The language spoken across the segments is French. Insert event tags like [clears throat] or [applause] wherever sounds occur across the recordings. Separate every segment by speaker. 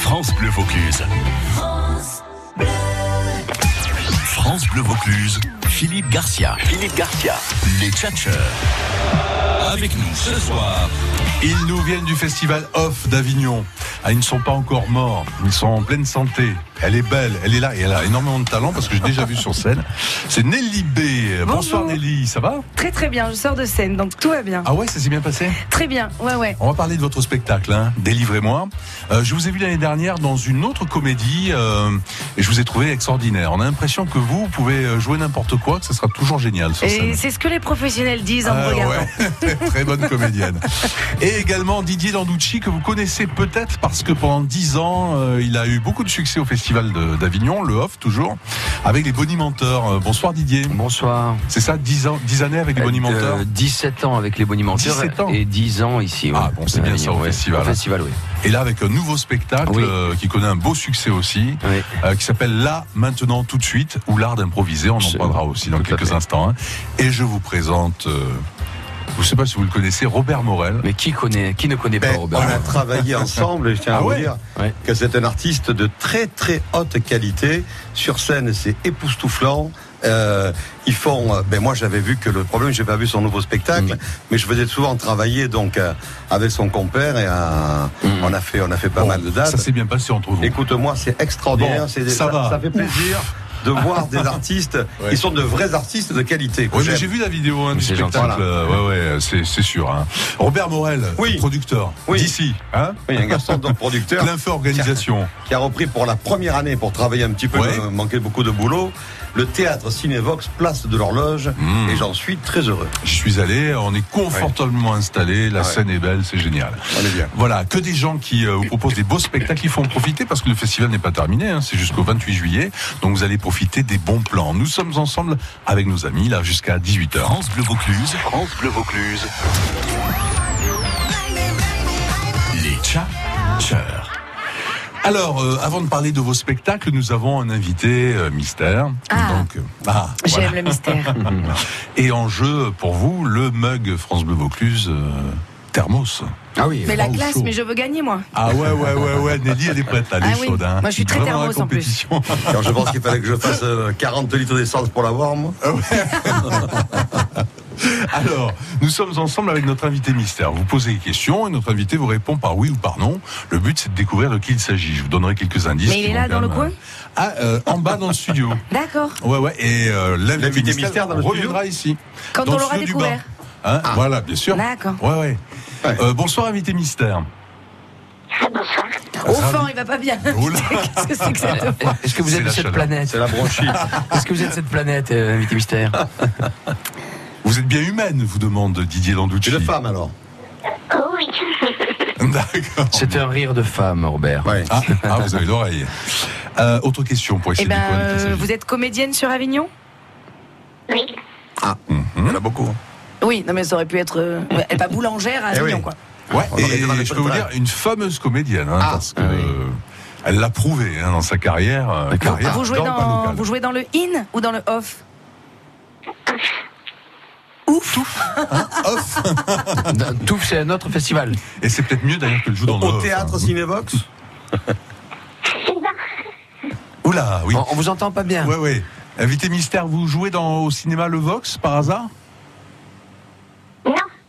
Speaker 1: France Bleu Vaucluse. France Bleu. France Bleu Vaucluse, Philippe Garcia. Philippe Garcia. Les Tchatcheurs. Avec nous ce soir.
Speaker 2: Ils nous viennent du festival Off d'Avignon. Ah, ils ne sont pas encore morts, ils sont en pleine santé. Elle est belle, elle est là et elle a énormément de talent parce que j'ai déjà vu sur scène. C'est Nelly B. Bonjour. Bonsoir Nelly, ça va
Speaker 3: Très très bien, je sors de scène donc tout va bien.
Speaker 2: Ah ouais, ça s'est bien passé
Speaker 3: Très bien, ouais ouais.
Speaker 2: On va parler de votre spectacle, hein. Délivrez-moi. Euh, je vous ai vu l'année dernière dans une autre comédie euh, et je vous ai trouvé extraordinaire. On a l'impression que vous, vous pouvez euh, jouer n'importe quoi, que ce sera toujours génial sur scène.
Speaker 3: Et c'est ce que les professionnels disent en me euh, regardant.
Speaker 2: Ah Ouais. [laughs] très bonne comédienne. Et également Didier Landucci que vous connaissez peut-être parce que pendant 10 ans, euh, il a eu beaucoup de succès au Festival d'Avignon, le OFF toujours, avec les Bonimenteurs. Euh, bonsoir Didier.
Speaker 4: Bonsoir.
Speaker 2: C'est ça, 10, ans, 10 années avec les Bonimenteurs euh,
Speaker 4: 17 ans avec les Bonimenteurs
Speaker 2: 17 ans.
Speaker 4: et 10 ans ici.
Speaker 2: Ah ouais, bon, c'est bien ça au
Speaker 4: ouais,
Speaker 2: festival. hein.
Speaker 4: Au festival, oui.
Speaker 2: Et là avec un nouveau spectacle oui. qui connaît un beau succès aussi, oui. qui s'appelle Là, maintenant, tout de suite, ou l'art d'improviser, on en parlera aussi dans quelques instants. Hein. Et je vous présente... euh, Je ne sais pas si vous le connaissez, Robert Morel.
Speaker 4: Mais qui, connaît, qui ne connaît pas ben, Robert
Speaker 5: On a [laughs] travaillé ensemble, et je tiens ah à vous ouais dire ouais. que c'est un artiste de très très haute qualité. Sur scène, c'est époustouflant. Euh, ils font. Ben moi, j'avais vu que le problème, j'ai pas vu son nouveau spectacle, mmh. mais je faisais souvent travailler donc euh, avec son compère et à, mmh. on a fait on a fait pas bon, mal de dates.
Speaker 2: Ça s'est bien passé entre vous.
Speaker 5: Écoute-moi, c'est extraordinaire. Bon,
Speaker 2: ça, va.
Speaker 5: ça fait plaisir. de [laughs] voir des artistes ouais. qui sont de vrais artistes de qualité.
Speaker 2: Oui, j'ai vu la vidéo hein, du spectacle. Voilà. Ouais, ouais, c'est sûr. Hein. Robert Morel, oui. producteur oui. d'ici. Hein
Speaker 5: oui, un garçon
Speaker 2: [laughs]
Speaker 5: de producteur.
Speaker 2: L'info organisation.
Speaker 5: Qui a, qui a, repris pour la première année pour travailler un petit peu, euh, manquait beaucoup de boulot. Le théâtre Cinévox, place de l'horloge,
Speaker 2: Hmm.
Speaker 5: mmh. et j'en suis très heureux.
Speaker 2: Je suis allé, on est confortablement installé, la scène est belle, c'est génial.
Speaker 5: On est bien.
Speaker 2: Voilà, que des gens qui euh, vous proposent des beaux spectacles, il faut en profiter parce que le festival n'est pas terminé, hein, c'est jusqu'au 28 juillet, donc vous allez profiter des bons plans. Nous sommes ensemble avec nos amis là jusqu'à 18h.
Speaker 1: France Bleu Vaucluse, France Bleu Vaucluse. Les tchatcheurs.
Speaker 2: Alors, euh, avant de parler de vos spectacles, nous avons un invité euh, mystère.
Speaker 3: Ah, donc, euh, ah, j'aime voilà. le mystère.
Speaker 2: [laughs] Et en jeu pour vous, le mug France Bleu Vaucluse euh, thermos.
Speaker 3: Ah oui, mais la glace, mais je veux gagner moi.
Speaker 2: Ah ouais, ouais, ouais, ouais. Nelly, elle est prête, elle est ah chaude. Oui. Hein.
Speaker 3: Moi, je suis très
Speaker 2: Vraiment
Speaker 3: thermos en plus.
Speaker 5: [laughs] Quand je pense qu'il fallait que je fasse 40 litres d'essence pour l'avoir, moi.
Speaker 2: Ouais. Alors, nous sommes ensemble avec notre invité mystère. Vous posez des questions et notre invité vous répond par oui ou par non. Le but, c'est de découvrir de qui il s'agit. Je vous donnerai quelques indices.
Speaker 3: Mais il est là dans le coin
Speaker 2: ah, euh, En bas dans le studio.
Speaker 3: D'accord.
Speaker 2: Ouais, ouais. Et euh,
Speaker 5: l'invité mystère, mystère dans le
Speaker 2: reviendra ici.
Speaker 3: Quand
Speaker 2: dans
Speaker 3: on l'aura découvert.
Speaker 2: Hein, ah. Voilà, bien sûr.
Speaker 3: D'accord.
Speaker 2: Ouais, ouais. ouais. Euh, bonsoir, invité mystère.
Speaker 6: Bonsoir.
Speaker 3: Au fond, il va pas bien. [laughs] Qu'est-ce que [laughs] c'est que cette
Speaker 2: [laughs]
Speaker 3: voix
Speaker 4: [laughs] Est-ce que vous êtes de cette planète
Speaker 5: C'est la bronchite.
Speaker 4: [laughs] Est-ce que vous êtes de cette planète, euh, invité mystère
Speaker 2: Vous êtes bien humaine, Ah, vous demande Didier Landucci.
Speaker 5: Une femme alors
Speaker 6: Oh Oui.
Speaker 2: D'accord.
Speaker 4: C'est un rire de femme, Robert.
Speaker 2: Ouais. Ah, ah, vous avez l'oreille. Euh, autre question pour essayer
Speaker 3: eh ben, de Vous êtes comédienne sur Avignon
Speaker 6: Oui.
Speaker 5: Ah, il mm -hmm. y en a
Speaker 4: hein.
Speaker 5: beaucoup.
Speaker 3: Oui, non mais ça aurait pu être euh, elle pas boulangère à Avignon, eh oui. quoi.
Speaker 2: Hmm. Ouais, et, et je peux vous dire une fameuse comédienne, hein, ah, parce que. Ah oui. euh, elle l'a prouvé hein, dans sa carrière. Euh, carrière
Speaker 3: vous, jouez dans, dans vous jouez dans le in ou dans le off Ouf
Speaker 5: Ah,
Speaker 2: Touf hein,
Speaker 4: [laughs]
Speaker 2: Off
Speaker 4: Touf, c'est un autre festival.
Speaker 2: Et c'est peut-être mieux d'ailleurs qu'elle joue dans hein.
Speaker 5: Au
Speaker 2: le
Speaker 5: Au théâtre Cinébox
Speaker 2: Oula, oui.
Speaker 4: On, on, vous entend pas bien.
Speaker 2: Oui, oui. Invité mystère, vous jouez dans, au cinéma Le Vox par hasard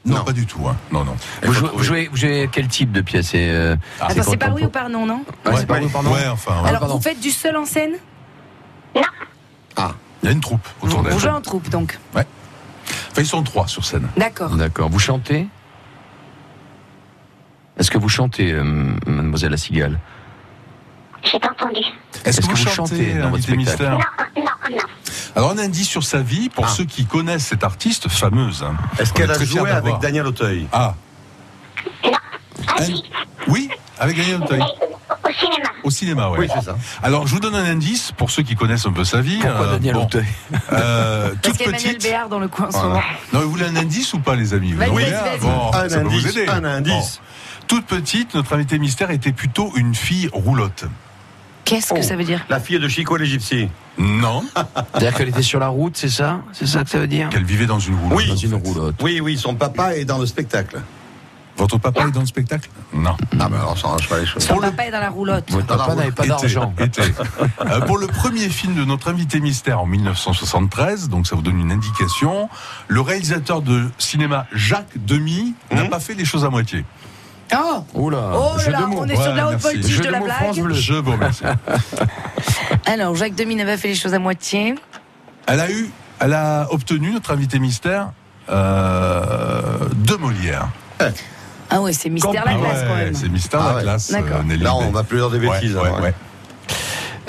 Speaker 2: non, non, pas du tout. Hein. Non, non.
Speaker 4: Vous jouez, vous, jouez, vous jouez, quel type de pièce Ah,
Speaker 3: C'est euh, ah, c'est par oui ou par non, non
Speaker 2: ouais, ouais, par oui ou par non. Ouais,
Speaker 3: enfin, ouais. Alors, Pardon. vous faites du seul en scène
Speaker 6: Non.
Speaker 2: Ah, il y a une troupe autour d'elle.
Speaker 3: Vous jouez en troupe, donc
Speaker 2: Ouais. Enfin, ils sont trois sur scène.
Speaker 3: D'accord.
Speaker 4: D'accord. Vous chantez Est-ce que vous chantez, euh, mademoiselle La Cigale
Speaker 6: J'ai pas entendu.
Speaker 2: Est-ce Est que, que, vous, vous chantez, euh, dans votre spectacle
Speaker 6: Non, non, non.
Speaker 2: Alors, un indice sur sa vie pour ah. ceux qui connaissent cette artiste fameuse. Hein.
Speaker 5: Est-ce qu'elle est a joué avec Daniel Auteuil
Speaker 2: Ah.
Speaker 6: Non. Ah,
Speaker 2: oui, avec Daniel Auteuil.
Speaker 6: Au cinéma.
Speaker 2: Au cinéma, ouais.
Speaker 5: oui. c'est ça.
Speaker 2: Alors, je vous donne un indice pour ceux qui connaissent un peu sa vie.
Speaker 4: Pourquoi euh, Daniel bon, Auteuil
Speaker 2: euh,
Speaker 3: Parce qu'il y a Emmanuel Béard dans le coin en ce voilà. moment.
Speaker 2: Non, vous voulez un indice ou pas, les amis vous
Speaker 3: Oui,
Speaker 2: bon,
Speaker 5: un,
Speaker 2: ça
Speaker 5: indice,
Speaker 2: peut vous aider.
Speaker 5: un indice.
Speaker 2: Bon. Toute petite, notre invité mystère était plutôt une fille roulotte.
Speaker 3: Qu'est-ce que oh, ça veut dire
Speaker 5: La fille de Chico Ah, l'Égyptien. [laughs]
Speaker 2: Non.
Speaker 4: C'est-à-dire qu'elle était sur la route, c'est ça C'est ça que ça veut dire
Speaker 2: Qu'elle vivait dans une roulotte.
Speaker 5: Oui,
Speaker 4: dans une roulotte.
Speaker 5: Oui, oui, son papa est dans le spectacle.
Speaker 2: Votre papa est dans le spectacle Non.
Speaker 5: Ah, ben alors, ça arrange pas les choses.
Speaker 3: Son papa est dans la roulotte.
Speaker 4: Votre papa n'avait pas
Speaker 2: Était,
Speaker 4: d'argent. [laughs]
Speaker 2: était. Euh, pour le premier film de notre invité mystère en 1973, donc ça vous donne une indication, le réalisateur de cinéma Jacques Demy n'a
Speaker 5: Mmh.
Speaker 2: pas fait les choses à moitié.
Speaker 3: Oh
Speaker 4: Oula.
Speaker 3: Oh
Speaker 4: jeu
Speaker 3: là là,
Speaker 4: de mots.
Speaker 3: on est sur de la haute
Speaker 2: Ouais, merci.
Speaker 3: voltige
Speaker 4: Jeu
Speaker 3: de
Speaker 4: de
Speaker 3: la
Speaker 4: mots
Speaker 3: blague.
Speaker 4: France Bleu.
Speaker 2: Je vous remercie.
Speaker 3: Alors, Jacques Demy n'avait fait les choses à moitié.
Speaker 2: Elle a eu, elle a obtenu notre invité mystère euh, de Molière.
Speaker 3: Ah ouais, c'est mystère la
Speaker 2: Ah
Speaker 3: glace
Speaker 2: ouais,
Speaker 3: quand même.
Speaker 2: C'est mystère
Speaker 5: Ah
Speaker 2: la
Speaker 5: ouais.
Speaker 2: classe. euh,
Speaker 3: D'accord.
Speaker 2: Nelly
Speaker 5: Là, on
Speaker 2: Bey.
Speaker 5: va plus dire des
Speaker 2: Ouais,
Speaker 5: bêtises.
Speaker 2: ouais,
Speaker 5: hein.
Speaker 2: ouais.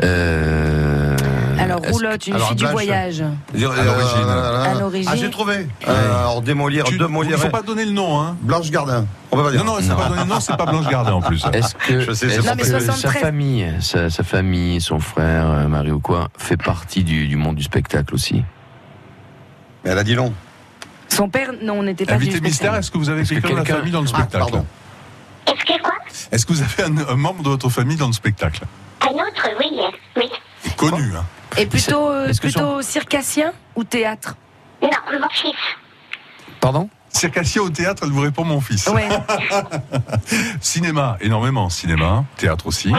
Speaker 4: Euh,
Speaker 3: Alors,
Speaker 4: est-ce-
Speaker 3: roulotte, une
Speaker 5: alors,
Speaker 3: fille du
Speaker 5: Blanche.
Speaker 3: voyage.
Speaker 2: euh,
Speaker 5: Dire,
Speaker 2: À l'origine.
Speaker 3: À l'origine.
Speaker 5: Euh, Ah, j'ai trouvé. Euh, alors, démolir,
Speaker 2: Tu- Il
Speaker 5: démolir.
Speaker 2: faut pas donner le nom, hein.
Speaker 5: Blanche Gardin. On va pas
Speaker 2: Non,
Speaker 5: dire.
Speaker 2: non, c'est pas donné le nom, c'est pas Blanche Gardin en plus.
Speaker 4: Est-ce que,
Speaker 5: Je sais,
Speaker 4: est-ce
Speaker 5: c'est
Speaker 3: Non, mais
Speaker 4: que
Speaker 3: 73.
Speaker 4: sa famille, sa, sa famille, son frère, euh, Marie ou quoi, fait partie du, du monde du spectacle aussi
Speaker 5: Mais elle a dit non.
Speaker 3: Son père, non, on n'était pas du
Speaker 2: Invité
Speaker 3: spectacle.
Speaker 2: mystère, est-ce que vous avez
Speaker 4: Est-ce que
Speaker 2: quelqu'un de la
Speaker 4: quelqu'un-
Speaker 2: famille dans le
Speaker 5: Ah,
Speaker 2: spectacle
Speaker 5: pardon.
Speaker 6: Est-ce que quoi
Speaker 2: Est-ce que vous avez un, un membre de votre famille dans le spectacle
Speaker 6: Un autre, oui, euh, oui.
Speaker 2: Connu, hein.
Speaker 3: Et plutôt, euh,
Speaker 4: Est-ce que
Speaker 3: plutôt circassien ou théâtre
Speaker 6: Non, mon fils.
Speaker 4: Pardon
Speaker 2: Circassien au théâtre, elle vous répond mon fils.
Speaker 3: Ouais.
Speaker 2: [laughs] Cinéma, énormément. Cinéma, théâtre aussi.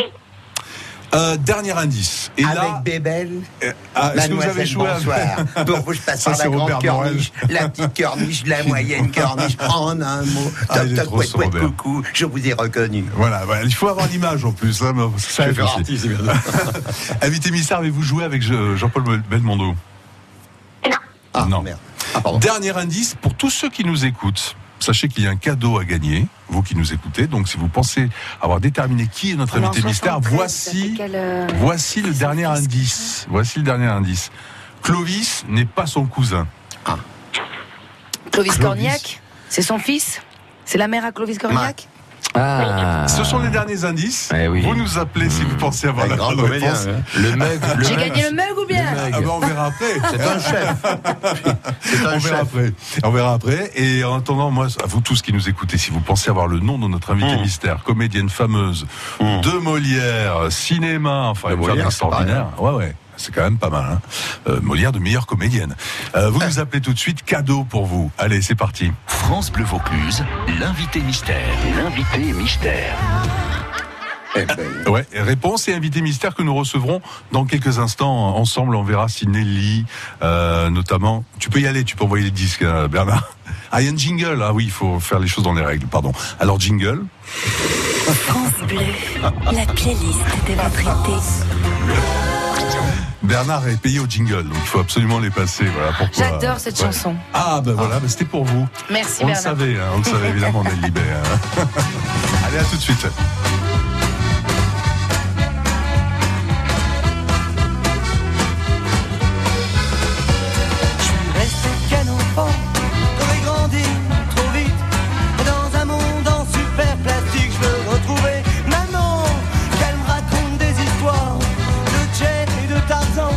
Speaker 2: Euh, dernier indice. Et là,
Speaker 7: Avec Bébel,
Speaker 2: euh, ah, est-ce que vous avez
Speaker 7: mademoiselle,
Speaker 2: joué avec-
Speaker 7: bonsoir.
Speaker 5: [laughs]
Speaker 7: Pour vous, je passe
Speaker 2: Ça,
Speaker 7: par la
Speaker 2: Ah, c'est Robert
Speaker 7: grande corniche, la petite corniche,
Speaker 2: [laughs]
Speaker 7: la moyenne corniche, en un mot.
Speaker 2: Ah, il est
Speaker 7: Toc, toc,
Speaker 2: trop
Speaker 7: ouet, ouet,
Speaker 2: Robert.
Speaker 7: coucou, je vous ai reconnu.
Speaker 2: Voilà, voilà, il faut avoir l'image en plus. Hein, mais ça
Speaker 5: Je vais faire
Speaker 2: réfléchit.
Speaker 5: artiste, bien sûr.
Speaker 2: [laughs] Invité mystère, avez-vous joué avec Je- Jean-Paul Belmondo
Speaker 5: Ah,
Speaker 2: Non.
Speaker 5: merde. Ah, pardon.
Speaker 2: Dernier indice pour tous ceux qui nous écoutent. Sachez qu'il y a un cadeau à gagner, vous qui nous écoutez. Donc, si vous pensez avoir déterminé qui est notre
Speaker 3: Alors,
Speaker 2: invité mystère,
Speaker 3: 73, ça fait
Speaker 2: voici,
Speaker 3: quelle, euh,
Speaker 2: voici le
Speaker 3: ça
Speaker 2: dernier
Speaker 3: fait quinze,
Speaker 2: indice. Voici le dernier indice. Clovis n'est pas son cousin.
Speaker 3: Clovis
Speaker 2: Clovis.
Speaker 3: Cornillac C'est son fils C'est la mère à Clovis Cornillac
Speaker 4: Ah.
Speaker 2: Ce sont les derniers indices.
Speaker 4: Eh oui. Hmm.
Speaker 2: Vous nous appelez si vous pensez avoir
Speaker 5: Un
Speaker 2: la
Speaker 5: grand
Speaker 2: bonne
Speaker 5: comédien.
Speaker 2: réponse.
Speaker 5: hein.
Speaker 4: Le mug. le
Speaker 3: J'ai
Speaker 4: mug.
Speaker 3: gagné le mug ou bien
Speaker 4: Le mug.
Speaker 2: Ah bah, on verra après.
Speaker 5: [laughs] C'est un chef. C'est
Speaker 2: On
Speaker 5: un
Speaker 2: verra
Speaker 5: chef.
Speaker 2: après. On verra après. Et en attendant, moi, à vous tous qui nous écoutez, si vous pensez avoir le nom de notre invité
Speaker 5: Mm.
Speaker 2: mystère, comédienne fameuse,
Speaker 5: Mm.
Speaker 2: de Molière, cinéma, enfin,
Speaker 5: De
Speaker 2: une
Speaker 5: Molière,
Speaker 2: femme
Speaker 5: c'est
Speaker 2: extraordinaire. Ouais, ouais. C'est quand même pas mal. hein. Euh, Molière de meilleure comédienne. Euh, vous nous appelez tout de suite, cadeau pour vous. Allez, c'est parti.
Speaker 1: France Bleu Vaucluse, l'invité mystère. L'invité mystère.
Speaker 2: Ouais, et réponse et invité mystère que nous recevrons dans quelques instants ensemble. On verra si Nelly, euh, notamment, tu peux y aller, tu peux envoyer les disques, hein, Bernard. Ah, il y a un jingle. Ah oui, il faut faire les choses dans les règles, pardon. Alors, jingle.
Speaker 8: France Bleu, la playlist de votre été.
Speaker 2: Bernard est payé au jingle, donc il faut absolument les passer. Voilà pourquoi.
Speaker 3: J'adore cette
Speaker 2: Ouais.
Speaker 3: chanson.
Speaker 2: Ah, ben voilà, ben c'était pour vous.
Speaker 3: Merci
Speaker 2: on le
Speaker 3: Bernard.
Speaker 2: savait, hein, on le savait évidemment, Nelly Bay, hein. [laughs] Allez, à tout de suite.
Speaker 9: Je suis resté qu'un enfant, j'aurais grandi trop vite. Dans un monde en super plastique, je veux retrouver maman. Qu'elle me raconte des histoires de Jet et de Tarzan,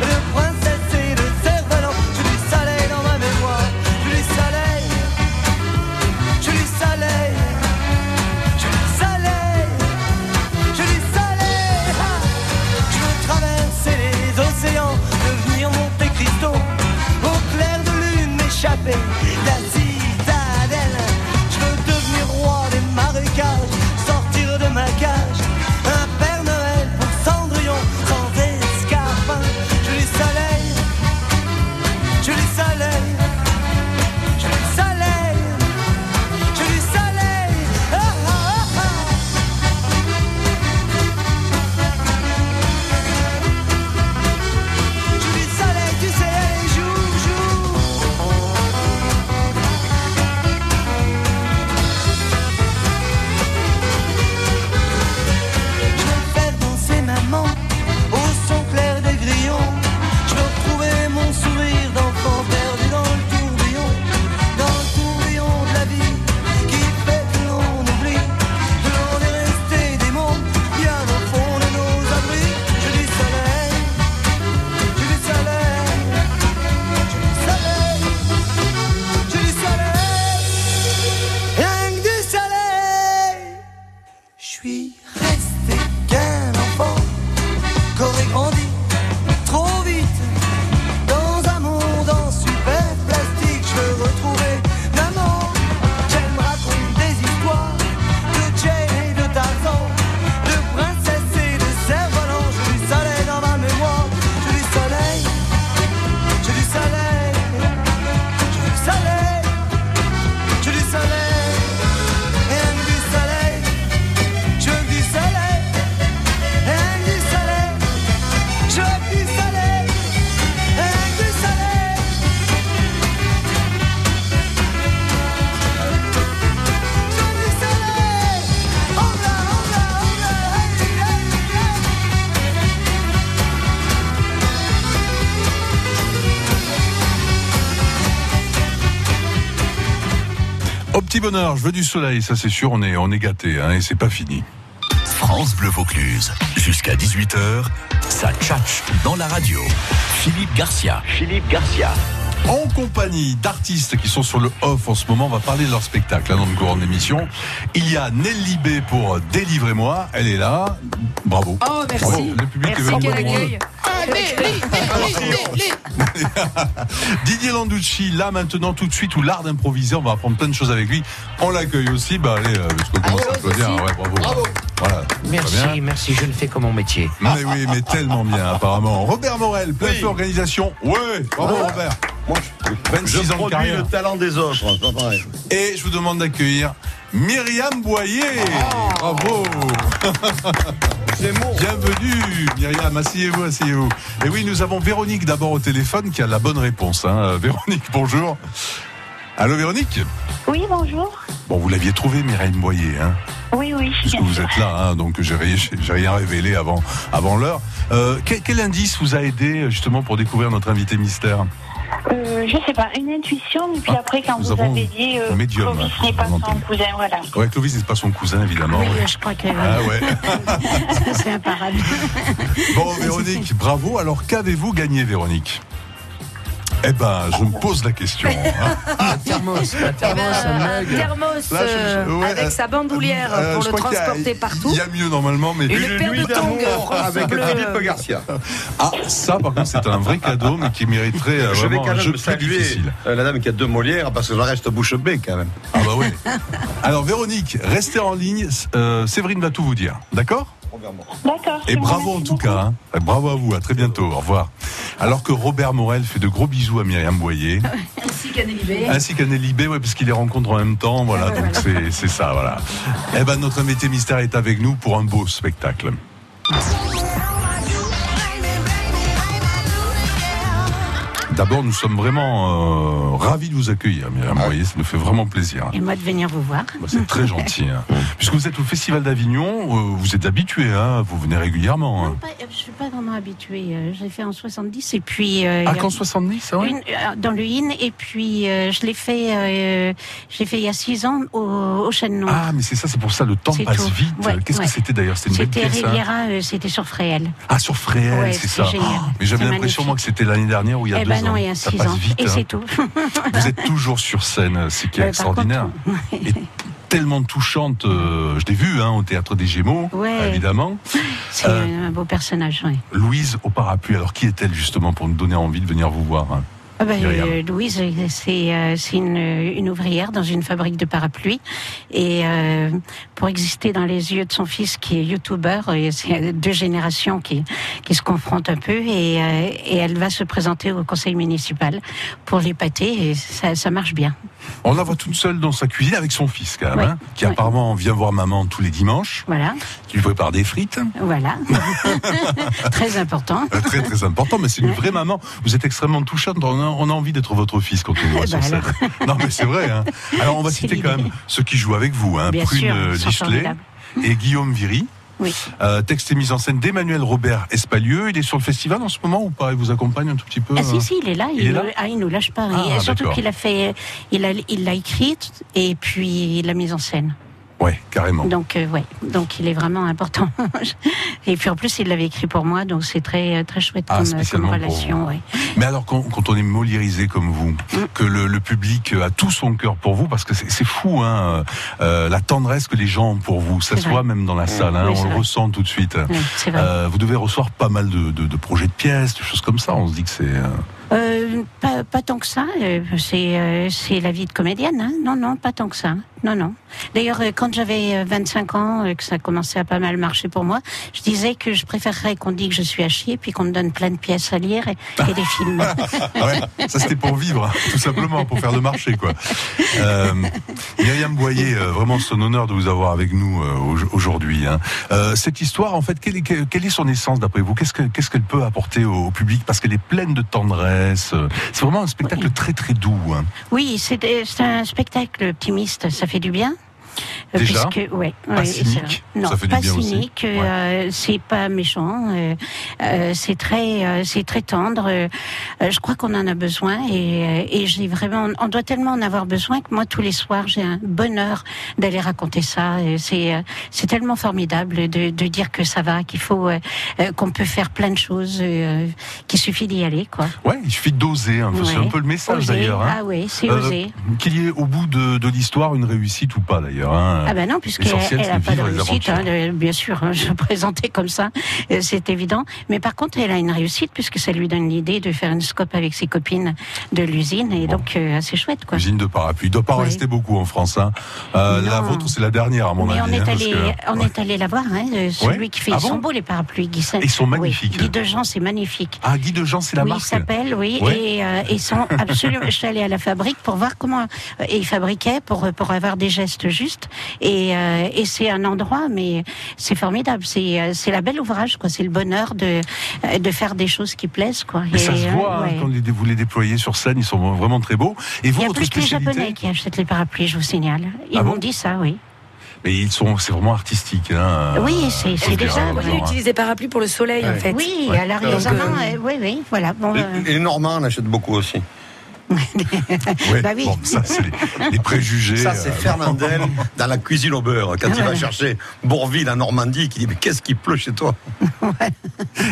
Speaker 9: de princesse et de cerf-volant. Je lui soleil dans ma mémoire, je lui soleil, je lui soleil, je lui soleil, je lui soleil. Ah je veux traverser les océans, devenir Monte Cristo. Au clair de lune, m'échapper de la citadelle. Je veux devenir roi des marécages, sortir de ma cage. Un Père Noël pour Cendrillon, sans escarpin. Je les soleil, je les soleil, je les soleil, je les soleil. Ah, ah, ah, ah. Je vis le soleil, tu sais, jour, jour. Je veux faire danser maman au son clair des grillons. Je veux retrouver mon sourire d'enfant perdu dans le tourbillon, dans le tourbillon de la vie qui fait que l'on oublie que l'on est resté des mondes bien au fond de nos abris. Je dis soleil, je dis soleil, je dis soleil, je dis soleil, rien que du soleil. Je suis resté qu'un enfant, qu'aurait grandi trop vite. Dans un monde en super plastique, je veux retrouver maman. J'aime raconter des histoires.
Speaker 2: petit bonheur, je veux du soleil, ça c'est sûr, on est, on est gâté, hein, et c'est pas fini.
Speaker 1: France Bleu Vaucluse, jusqu'à 18h, ça tchatche dans la radio. Philippe Garcia. Philippe Garcia.
Speaker 2: En compagnie d'artistes qui sont sur le off en ce moment, on va parler de leur spectacle hein, dans le courant de l'émission. Il y a Nelly B pour Délivrez-moi, elle est là. Bravo.
Speaker 3: Oh, merci.
Speaker 2: Bravo. Le public
Speaker 3: merci,
Speaker 2: est
Speaker 3: quel
Speaker 2: vraiment
Speaker 3: accueil.
Speaker 2: nombreux. [laughs] Didier Landucci, là maintenant, tout de suite, ou l'art d'improviser, on va apprendre plein de choses avec lui. On l'accueille aussi, bah allez, euh, parce qu'on commence à applaudir. hein. Ouais, bravo. Voilà. Très bien.
Speaker 10: Merci, merci, je ne fais que mon métier.
Speaker 2: Mais oui, mais tellement bien, apparemment. Robert Morel, plein
Speaker 10: Oui.
Speaker 2: feu organisation. Ouais, bravo
Speaker 5: Ah.
Speaker 2: Robert.
Speaker 5: Moi, je,
Speaker 2: 26 ans de
Speaker 5: je produis
Speaker 2: carrière.
Speaker 5: le talent des autres. hein, c'est pas pareil.
Speaker 2: Et je vous demande d'accueillir Myriam Boyer. Bravo. Bienvenue, Myriam. Asseyez-vous, asseyez-vous. Et oui, nous avons Véronique d'abord au téléphone qui a la bonne réponse. hein. Euh, Véronique, bonjour. Allô, Véronique
Speaker 11: Oui, bonjour.
Speaker 2: Bon, vous l'aviez trouvé, Myriam Boyer, hein,
Speaker 11: Oui, oui.
Speaker 2: puisque vous êtes là, hein, donc j'ai rien, j'ai rien révélé avant, avant l'heure. Euh, quel, quel indice vous a aidé justement pour découvrir notre invité mystère
Speaker 11: Euh, je sais pas, une intuition, et puis après, quand
Speaker 2: Ah, nous
Speaker 11: vous
Speaker 2: avons
Speaker 11: avez dit euh,
Speaker 2: un médium,
Speaker 11: Clovis
Speaker 2: hein,
Speaker 11: n'est pas
Speaker 2: on
Speaker 11: son
Speaker 2: entend.
Speaker 11: cousin, voilà.
Speaker 2: Ouais, Clovis n'est pas son cousin, évidemment.
Speaker 12: Oui,
Speaker 2: ouais.
Speaker 12: je crois que
Speaker 2: Ah ouais.
Speaker 12: [laughs]
Speaker 2: [laughs]
Speaker 12: c'est imparable.
Speaker 2: Bon, Véronique, bravo. Alors, qu'avez-vous gagné, Véronique Eh ben, je me pose la
Speaker 10: [laughs]
Speaker 2: question. hein.
Speaker 10: Un thermos, un
Speaker 3: Eh ben,
Speaker 10: thermos, un
Speaker 3: un
Speaker 10: mug.
Speaker 3: thermos
Speaker 2: Là, je-
Speaker 3: euh,
Speaker 2: je- ouais,
Speaker 3: avec
Speaker 2: euh,
Speaker 3: sa bandoulière
Speaker 2: euh,
Speaker 3: pour
Speaker 2: je
Speaker 3: le
Speaker 2: crois qu'il y a-
Speaker 3: transporter partout.
Speaker 2: Il y a mieux normalement, mais
Speaker 3: Une Une paire de nuit tongs, euh, d'amour
Speaker 7: Oh,
Speaker 3: France avec Bleu. Philippe
Speaker 5: Garcia.
Speaker 2: Ah, ça, par contre, c'est un vrai cadeau, mais qui mériterait euh,
Speaker 5: je vais
Speaker 2: vraiment
Speaker 5: quand
Speaker 2: un jeu
Speaker 5: même
Speaker 2: plus
Speaker 5: saluer
Speaker 2: difficile.
Speaker 5: euh, la dame qui a deux Molières parce que le reste bouche bée quand même.
Speaker 2: Ah bah oui. Alors, Véronique, restez en ligne. Euh, Séverine va tout vous dire, d'accord
Speaker 11: D'accord.
Speaker 2: Et bravo en tout cas. hein. Euh, Bravo à vous. À très bientôt. Au revoir. Alors que Robert Morel fait de gros bisous à Myriam Boyer.
Speaker 3: Ainsi qu'à Nelly B.
Speaker 2: [laughs] Ainsi qu'un Libé, ouais, parce qu'il les rencontre en même temps, voilà, donc c'est- c'est ça, voilà. Eh ben, notre invité mystère est avec nous pour un beau spectacle. D'abord, nous sommes vraiment euh, ravis de vous accueillir, Myriam Boyer, ça nous fait vraiment plaisir.
Speaker 12: Et moi de venir vous voir.
Speaker 2: Bah, C'est très gentil. hein. Puisque vous êtes au Festival d'Avignon, euh, vous êtes habitué, hein, vous venez régulièrement. hein.
Speaker 12: Pas- euh, Je suis pas vraiment habituée. euh, Je l'ai fait en 70 et puis. euh,
Speaker 2: Ah,
Speaker 12: il y a
Speaker 2: qu'en 70, ah ouais
Speaker 12: une- euh, Dans le IN et puis euh, je l'ai fait, euh, je l'ai fait il y a 6 ans au, au Chêne Noir.
Speaker 2: Ah, mais c'est ça, c'est pour ça, le temps
Speaker 12: C'est
Speaker 2: passe
Speaker 12: tout.
Speaker 2: vite.
Speaker 12: Ouais,
Speaker 2: Qu'est-ce
Speaker 12: ouais.
Speaker 2: que c'était d'ailleurs C'était une belle
Speaker 12: C'était
Speaker 2: pièce. hein
Speaker 12: Riviera, euh, c'était sur Fréhel.
Speaker 2: Ah, sur Fréhel,
Speaker 12: Ouais,
Speaker 2: c'est
Speaker 12: c'est
Speaker 2: ça.
Speaker 12: génial.
Speaker 2: Oh, mais j'avais
Speaker 12: C'est
Speaker 2: l'impression,
Speaker 12: magnifique.
Speaker 2: moi, que c'était l'année dernière ou il y a
Speaker 12: eh
Speaker 2: deux
Speaker 12: ben non,
Speaker 2: ans.
Speaker 12: il y a
Speaker 2: ça
Speaker 12: 6
Speaker 2: passe
Speaker 12: ans.
Speaker 2: vite.
Speaker 12: et
Speaker 2: hein.
Speaker 12: c'est tout.
Speaker 2: Vous êtes toujours sur scène, c'est qui est
Speaker 12: Ouais, par
Speaker 2: extraordinaire. [laughs] Et tellement touchante, euh, je l'ai vu hein, au Théâtre des Gémeaux,
Speaker 12: Ouais.
Speaker 2: évidemment.
Speaker 12: C'est
Speaker 2: Euh,
Speaker 12: un beau personnage, oui.
Speaker 2: Louise au parapluie, alors qui est-elle justement pour nous donner envie de venir vous voir hein
Speaker 12: Ah ben,
Speaker 2: Myriam.
Speaker 12: euh, Louise, euh, c'est euh, c'est une, euh, une ouvrière dans une fabrique de parapluies. Et euh, pour exister dans les yeux de son fils qui est youtubeur, euh, c'est euh, deux générations qui, qui se confrontent un peu. Et, euh, et elle va se présenter au conseil municipal pour les pâtés. Et ça, ça marche bien.
Speaker 2: On la voit toute seule dans sa cuisine avec son fils, quand même,
Speaker 12: Ouais.
Speaker 2: hein, qui apparemment vient voir maman tous les dimanches,
Speaker 12: Voilà,
Speaker 2: qui lui prépare des frites. [laughs]
Speaker 12: voilà. [laughs] Très important.
Speaker 2: Euh, Très très important, mais c'est une vraie maman. Vous êtes extrêmement touchante. On a, on a envie d'être votre fils quand on vous voit
Speaker 12: Eh
Speaker 2: sur
Speaker 12: ben
Speaker 2: scène. Non mais c'est
Speaker 12: [laughs]
Speaker 2: vrai. hein. Alors on va
Speaker 12: C'est
Speaker 2: citer quand
Speaker 12: l'idée.
Speaker 2: même ceux qui jouent avec vous. Hein.
Speaker 12: Bien
Speaker 2: Prune
Speaker 12: sûr,
Speaker 2: euh,
Speaker 12: ils sont
Speaker 2: Dichelet
Speaker 12: formidables.
Speaker 2: et Guillaume Viry.
Speaker 12: Oui.
Speaker 2: Euh, texte et mise en scène d'Emmanuel Robert Espalieu. Il est sur le festival en ce moment ou pas Il vous accompagne un tout petit peu
Speaker 12: Ah si
Speaker 2: hein
Speaker 12: si, il est là.
Speaker 2: Il est là
Speaker 12: nous- ah, il nous lâche pas.
Speaker 2: Ah,
Speaker 12: et surtout
Speaker 2: d'accord.
Speaker 12: qu'il a fait, il a, il l'a écrit et puis il l'a mise en scène.
Speaker 2: Ouais, carrément.
Speaker 12: Donc euh, ouais, donc il est vraiment important. [laughs] et puis en plus, il l'avait écrit pour moi, donc c'est très très chouette
Speaker 2: Ah,
Speaker 12: comme,
Speaker 2: spécialement
Speaker 12: comme
Speaker 2: pour
Speaker 12: relation.
Speaker 2: vous.
Speaker 12: ouais. Mm.
Speaker 2: Mais alors quand, quand on est moliérisé comme vous, que le, le public a tout son cœur pour vous, parce que c'est c'est fou, hein, euh, la tendresse que les gens ont pour vous, ça
Speaker 12: C'est
Speaker 2: se
Speaker 12: vrai.
Speaker 2: voit même dans la salle, hein,
Speaker 12: Oui,
Speaker 2: on
Speaker 12: c'est
Speaker 2: le
Speaker 12: vrai.
Speaker 2: ressent tout de suite.
Speaker 12: Oui, c'est vrai.
Speaker 2: Euh, vous devez recevoir pas mal de, de- de projets de pièces, de choses comme ça. On se dit que c'est. euh,
Speaker 12: Euh, pas, pas tant que ça. euh, c'est euh, c'est la vie de comédienne. hein. Non non, pas tant que ça. Non non. D'ailleurs, euh, quand j'avais euh, 25 ans, euh, que ça commençait à pas mal marcher pour moi, je disais que je préférerais qu'on dise que je suis à chier, puis qu'on me donne plein de pièces à lire et, et des films.
Speaker 2: [laughs] Ah ouais, ça c'était pour vivre, hein, tout simplement, pour faire le marché, quoi. Euh, Myriam Boyer, euh, vraiment c'est un honneur de vous avoir avec nous euh, au- aujourd'hui. hein. Euh, cette histoire, en fait, quelle est, quelle est son essence d'après vous Qu'est-ce que- qu'est-ce qu'elle peut apporter au, au public Parce qu'elle est pleine de tendresse. euh, C'est vraiment un spectacle très très doux. hein.
Speaker 12: euh, Oui, c'est c'est un spectacle optimiste, ça fait du bien.
Speaker 2: Déjà
Speaker 12: puisque, ouais,
Speaker 2: Pas
Speaker 12: ouais,
Speaker 2: cynique,
Speaker 12: c'est vrai. Non,
Speaker 2: ça fait du
Speaker 12: pas
Speaker 2: bien aussi.
Speaker 12: cynique, euh, c'est pas méchant, euh, euh, c'est très, euh, c'est très tendre. euh, euh, je crois qu'on en a besoin et, euh, et j'ai vraiment, on doit tellement en avoir besoin que moi tous les soirs j'ai un bonheur d'aller raconter ça. Et C'est, euh, c'est tellement formidable de, de dire que ça va, qu'il faut, euh, euh, qu'on peut faire plein de choses, euh, qu'il suffit d'y aller, quoi.
Speaker 2: Ouais, il suffit d'oser. hein. C'est
Speaker 12: Ouais.
Speaker 2: un peu le message
Speaker 12: Oser.
Speaker 2: d'ailleurs. hein.
Speaker 12: Ah oui, c'est oser.
Speaker 2: Qu'il y ait au bout de, de l'histoire une réussite ou pas d'ailleurs. hein.
Speaker 12: Ah ben non, puisqu'elle
Speaker 2: L'essentiel,
Speaker 12: elle
Speaker 2: c'est
Speaker 12: a
Speaker 2: de
Speaker 12: pas de
Speaker 2: vivre les
Speaker 12: réussite,
Speaker 2: aventures.
Speaker 12: hein, le- bien sûr, hein, je [laughs] le présentais comme ça, euh, c'est évident. Mais par contre, elle a une réussite, puisque ça lui donne l'idée de faire une scope avec ses copines de l'usine, et donc euh, assez chouette, quoi.
Speaker 2: Usine de parapluie. Il doit pas en
Speaker 12: Ouais.
Speaker 2: rester beaucoup en France. hein. Euh, la
Speaker 12: Non.
Speaker 2: vôtre, c'est la dernière à mon
Speaker 12: Mais on
Speaker 2: avis.
Speaker 12: est
Speaker 2: hein, parce
Speaker 12: allé,
Speaker 2: que-
Speaker 12: on est allé la voir, hein, euh, celui
Speaker 2: Ouais.
Speaker 12: qui fait,
Speaker 2: Ah
Speaker 12: ils sont
Speaker 2: bon
Speaker 12: beaux les parapluis, Guy.
Speaker 2: Ils sont magnifiques.
Speaker 12: Guy de Jean, c'est magnifique.
Speaker 2: Ah, Guy de Jean, c'est la
Speaker 12: oui,
Speaker 2: marque.
Speaker 12: Il s'appelle, oui,
Speaker 2: Ouais.
Speaker 12: et euh, ils sont absolument. Je suis allée à la fabrique pour voir comment euh, ils fabriquaient pour euh, pour avoir des gestes justes. Et, euh, et c'est un endroit, mais c'est formidable. C'est euh, c'est la belle ouvrage, quoi. C'est le bonheur de euh, de faire des choses qui plaisent, quoi.
Speaker 2: Mais ça
Speaker 12: Et,
Speaker 2: se
Speaker 12: euh,
Speaker 2: voit hein,
Speaker 12: ouais.
Speaker 2: quand les- vous les déployez sur scène, ils sont vraiment très beaux. Et vous,
Speaker 12: Il y a
Speaker 2: votre
Speaker 12: plus que les
Speaker 2: spécialité
Speaker 12: Japonais qui achètent les parapluies, je vous signale. Ils
Speaker 2: Ah bon
Speaker 12: m'ont dit ça, oui.
Speaker 2: Mais ils sont, c'est vraiment artistique. hein.
Speaker 12: Oui, c'est-
Speaker 2: Faut
Speaker 12: c'est
Speaker 2: le dire,
Speaker 12: déjà-
Speaker 2: hein,
Speaker 12: oui,
Speaker 2: genre, hein.
Speaker 3: Utilise
Speaker 12: [laughs]
Speaker 3: des parapluies pour le soleil, en
Speaker 2: Ouais.
Speaker 3: fait.
Speaker 12: Oui,
Speaker 2: Ouais.
Speaker 12: à la
Speaker 2: Donc,
Speaker 12: Riozaman,
Speaker 2: euh,
Speaker 12: euh, oui, oui, voilà. Bon,
Speaker 5: Les,
Speaker 12: euh,
Speaker 5: les Normands en achètent beaucoup aussi.
Speaker 2: Ouais,
Speaker 12: bah oui.
Speaker 2: bon, ça, c'est les, les préjugés.
Speaker 5: Ah. Ça, c'est
Speaker 2: euh, [laughs]
Speaker 5: Fernandel dans la cuisine au beurre. Quand il va chercher Bourville en Normandie, qui dit Mais qu'est-ce qui pleut chez toi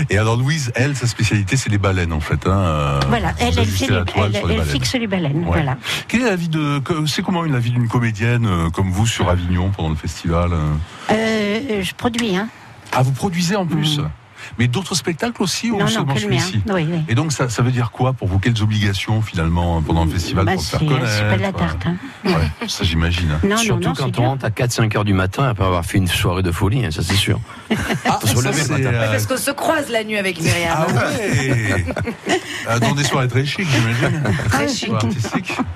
Speaker 2: Et alors Louise, elle, sa spécialité, c'est les baleines en fait. hein, euh,
Speaker 12: Voilà, elle, elle,
Speaker 2: vous ajustez
Speaker 12: fait
Speaker 2: la
Speaker 12: les-
Speaker 2: toile
Speaker 12: elle-
Speaker 2: sur les
Speaker 12: elle
Speaker 2: baleines.
Speaker 12: fixe les baleines.
Speaker 2: Ouais.
Speaker 12: Voilà.
Speaker 2: Quelle est la vie de, que- c'est comment une la vie d'une comédienne euh, comme vous sur Avignon pendant le festival euh
Speaker 12: Euh, je produis, hein.
Speaker 2: Ah, vous produisez en plus. Mais d'autres spectacles aussi
Speaker 12: Mm. Non,
Speaker 2: ou
Speaker 12: non,
Speaker 2: seulement
Speaker 12: que le mien.
Speaker 2: celui-ci
Speaker 12: Oui, oui.
Speaker 2: Et donc ça, ça veut dire quoi pour vous Quelles obligations finalement pendant le festival
Speaker 12: Bah,
Speaker 2: pour se
Speaker 12: c'est
Speaker 2: faire
Speaker 12: c'est pas de
Speaker 2: connaître
Speaker 12: la tarte. hein.
Speaker 2: Ouais, Ça j'imagine. hein.
Speaker 12: Non, non,
Speaker 4: Surtout
Speaker 12: non, c'est
Speaker 4: quand
Speaker 12: dur.
Speaker 4: on rentre à 4-5 heures du matin après avoir fait une soirée de folie, hein, ça c'est sûr.
Speaker 3: Ah,
Speaker 4: Faut se
Speaker 2: ça,
Speaker 4: relever le
Speaker 2: c'est,
Speaker 4: matin.
Speaker 2: euh,
Speaker 3: Parce qu'on se croise la nuit avec Myriam.
Speaker 2: Ah ouais
Speaker 12: [laughs]
Speaker 2: Euh, Dans des soirées très chic, j'imagine.
Speaker 3: Très chic.
Speaker 2: Artistique.
Speaker 12: [laughs]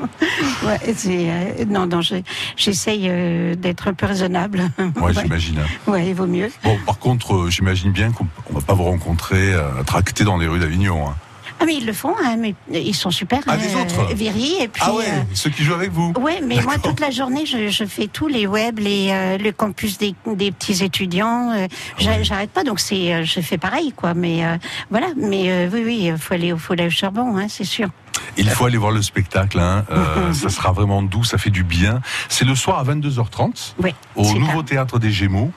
Speaker 12: Ouais, c'est, euh, non, non, je- j'essaye euh, d'être un peu raisonnable.
Speaker 2: Ouais, j'imagine. hein.
Speaker 12: Ouais, il vaut mieux.
Speaker 2: Bon, par contre, euh, j'imagine bien qu'on ne va pas vous rencontrer euh, tracté dans les rues d'Avignon. hein.
Speaker 12: Ah, mais ils le font, hein, mais ils sont super.
Speaker 2: Ah, les autres
Speaker 12: Viry, et puis.
Speaker 2: ah ouais,
Speaker 12: euh,
Speaker 2: ceux qui jouent avec vous.
Speaker 12: Ouais, mais moi toute la journée, je, je fais tous les web, les euh, le campus des, des petits étudiants. euh, j'a- J'arrête pas, donc c'est euh, je fais pareil quoi. Mais euh, voilà, mais euh, oui oui, euh, faut aller au faut aller au charbon, hein, c'est sûr.
Speaker 2: Il faut aller voir le spectacle. Hein.
Speaker 12: [laughs]
Speaker 2: Euh, ça sera vraiment doux, ça fait du bien. C'est le soir à 22h30
Speaker 12: Oui.
Speaker 2: au
Speaker 12: c'est
Speaker 2: Nouveau Théâtre des Gémeaux.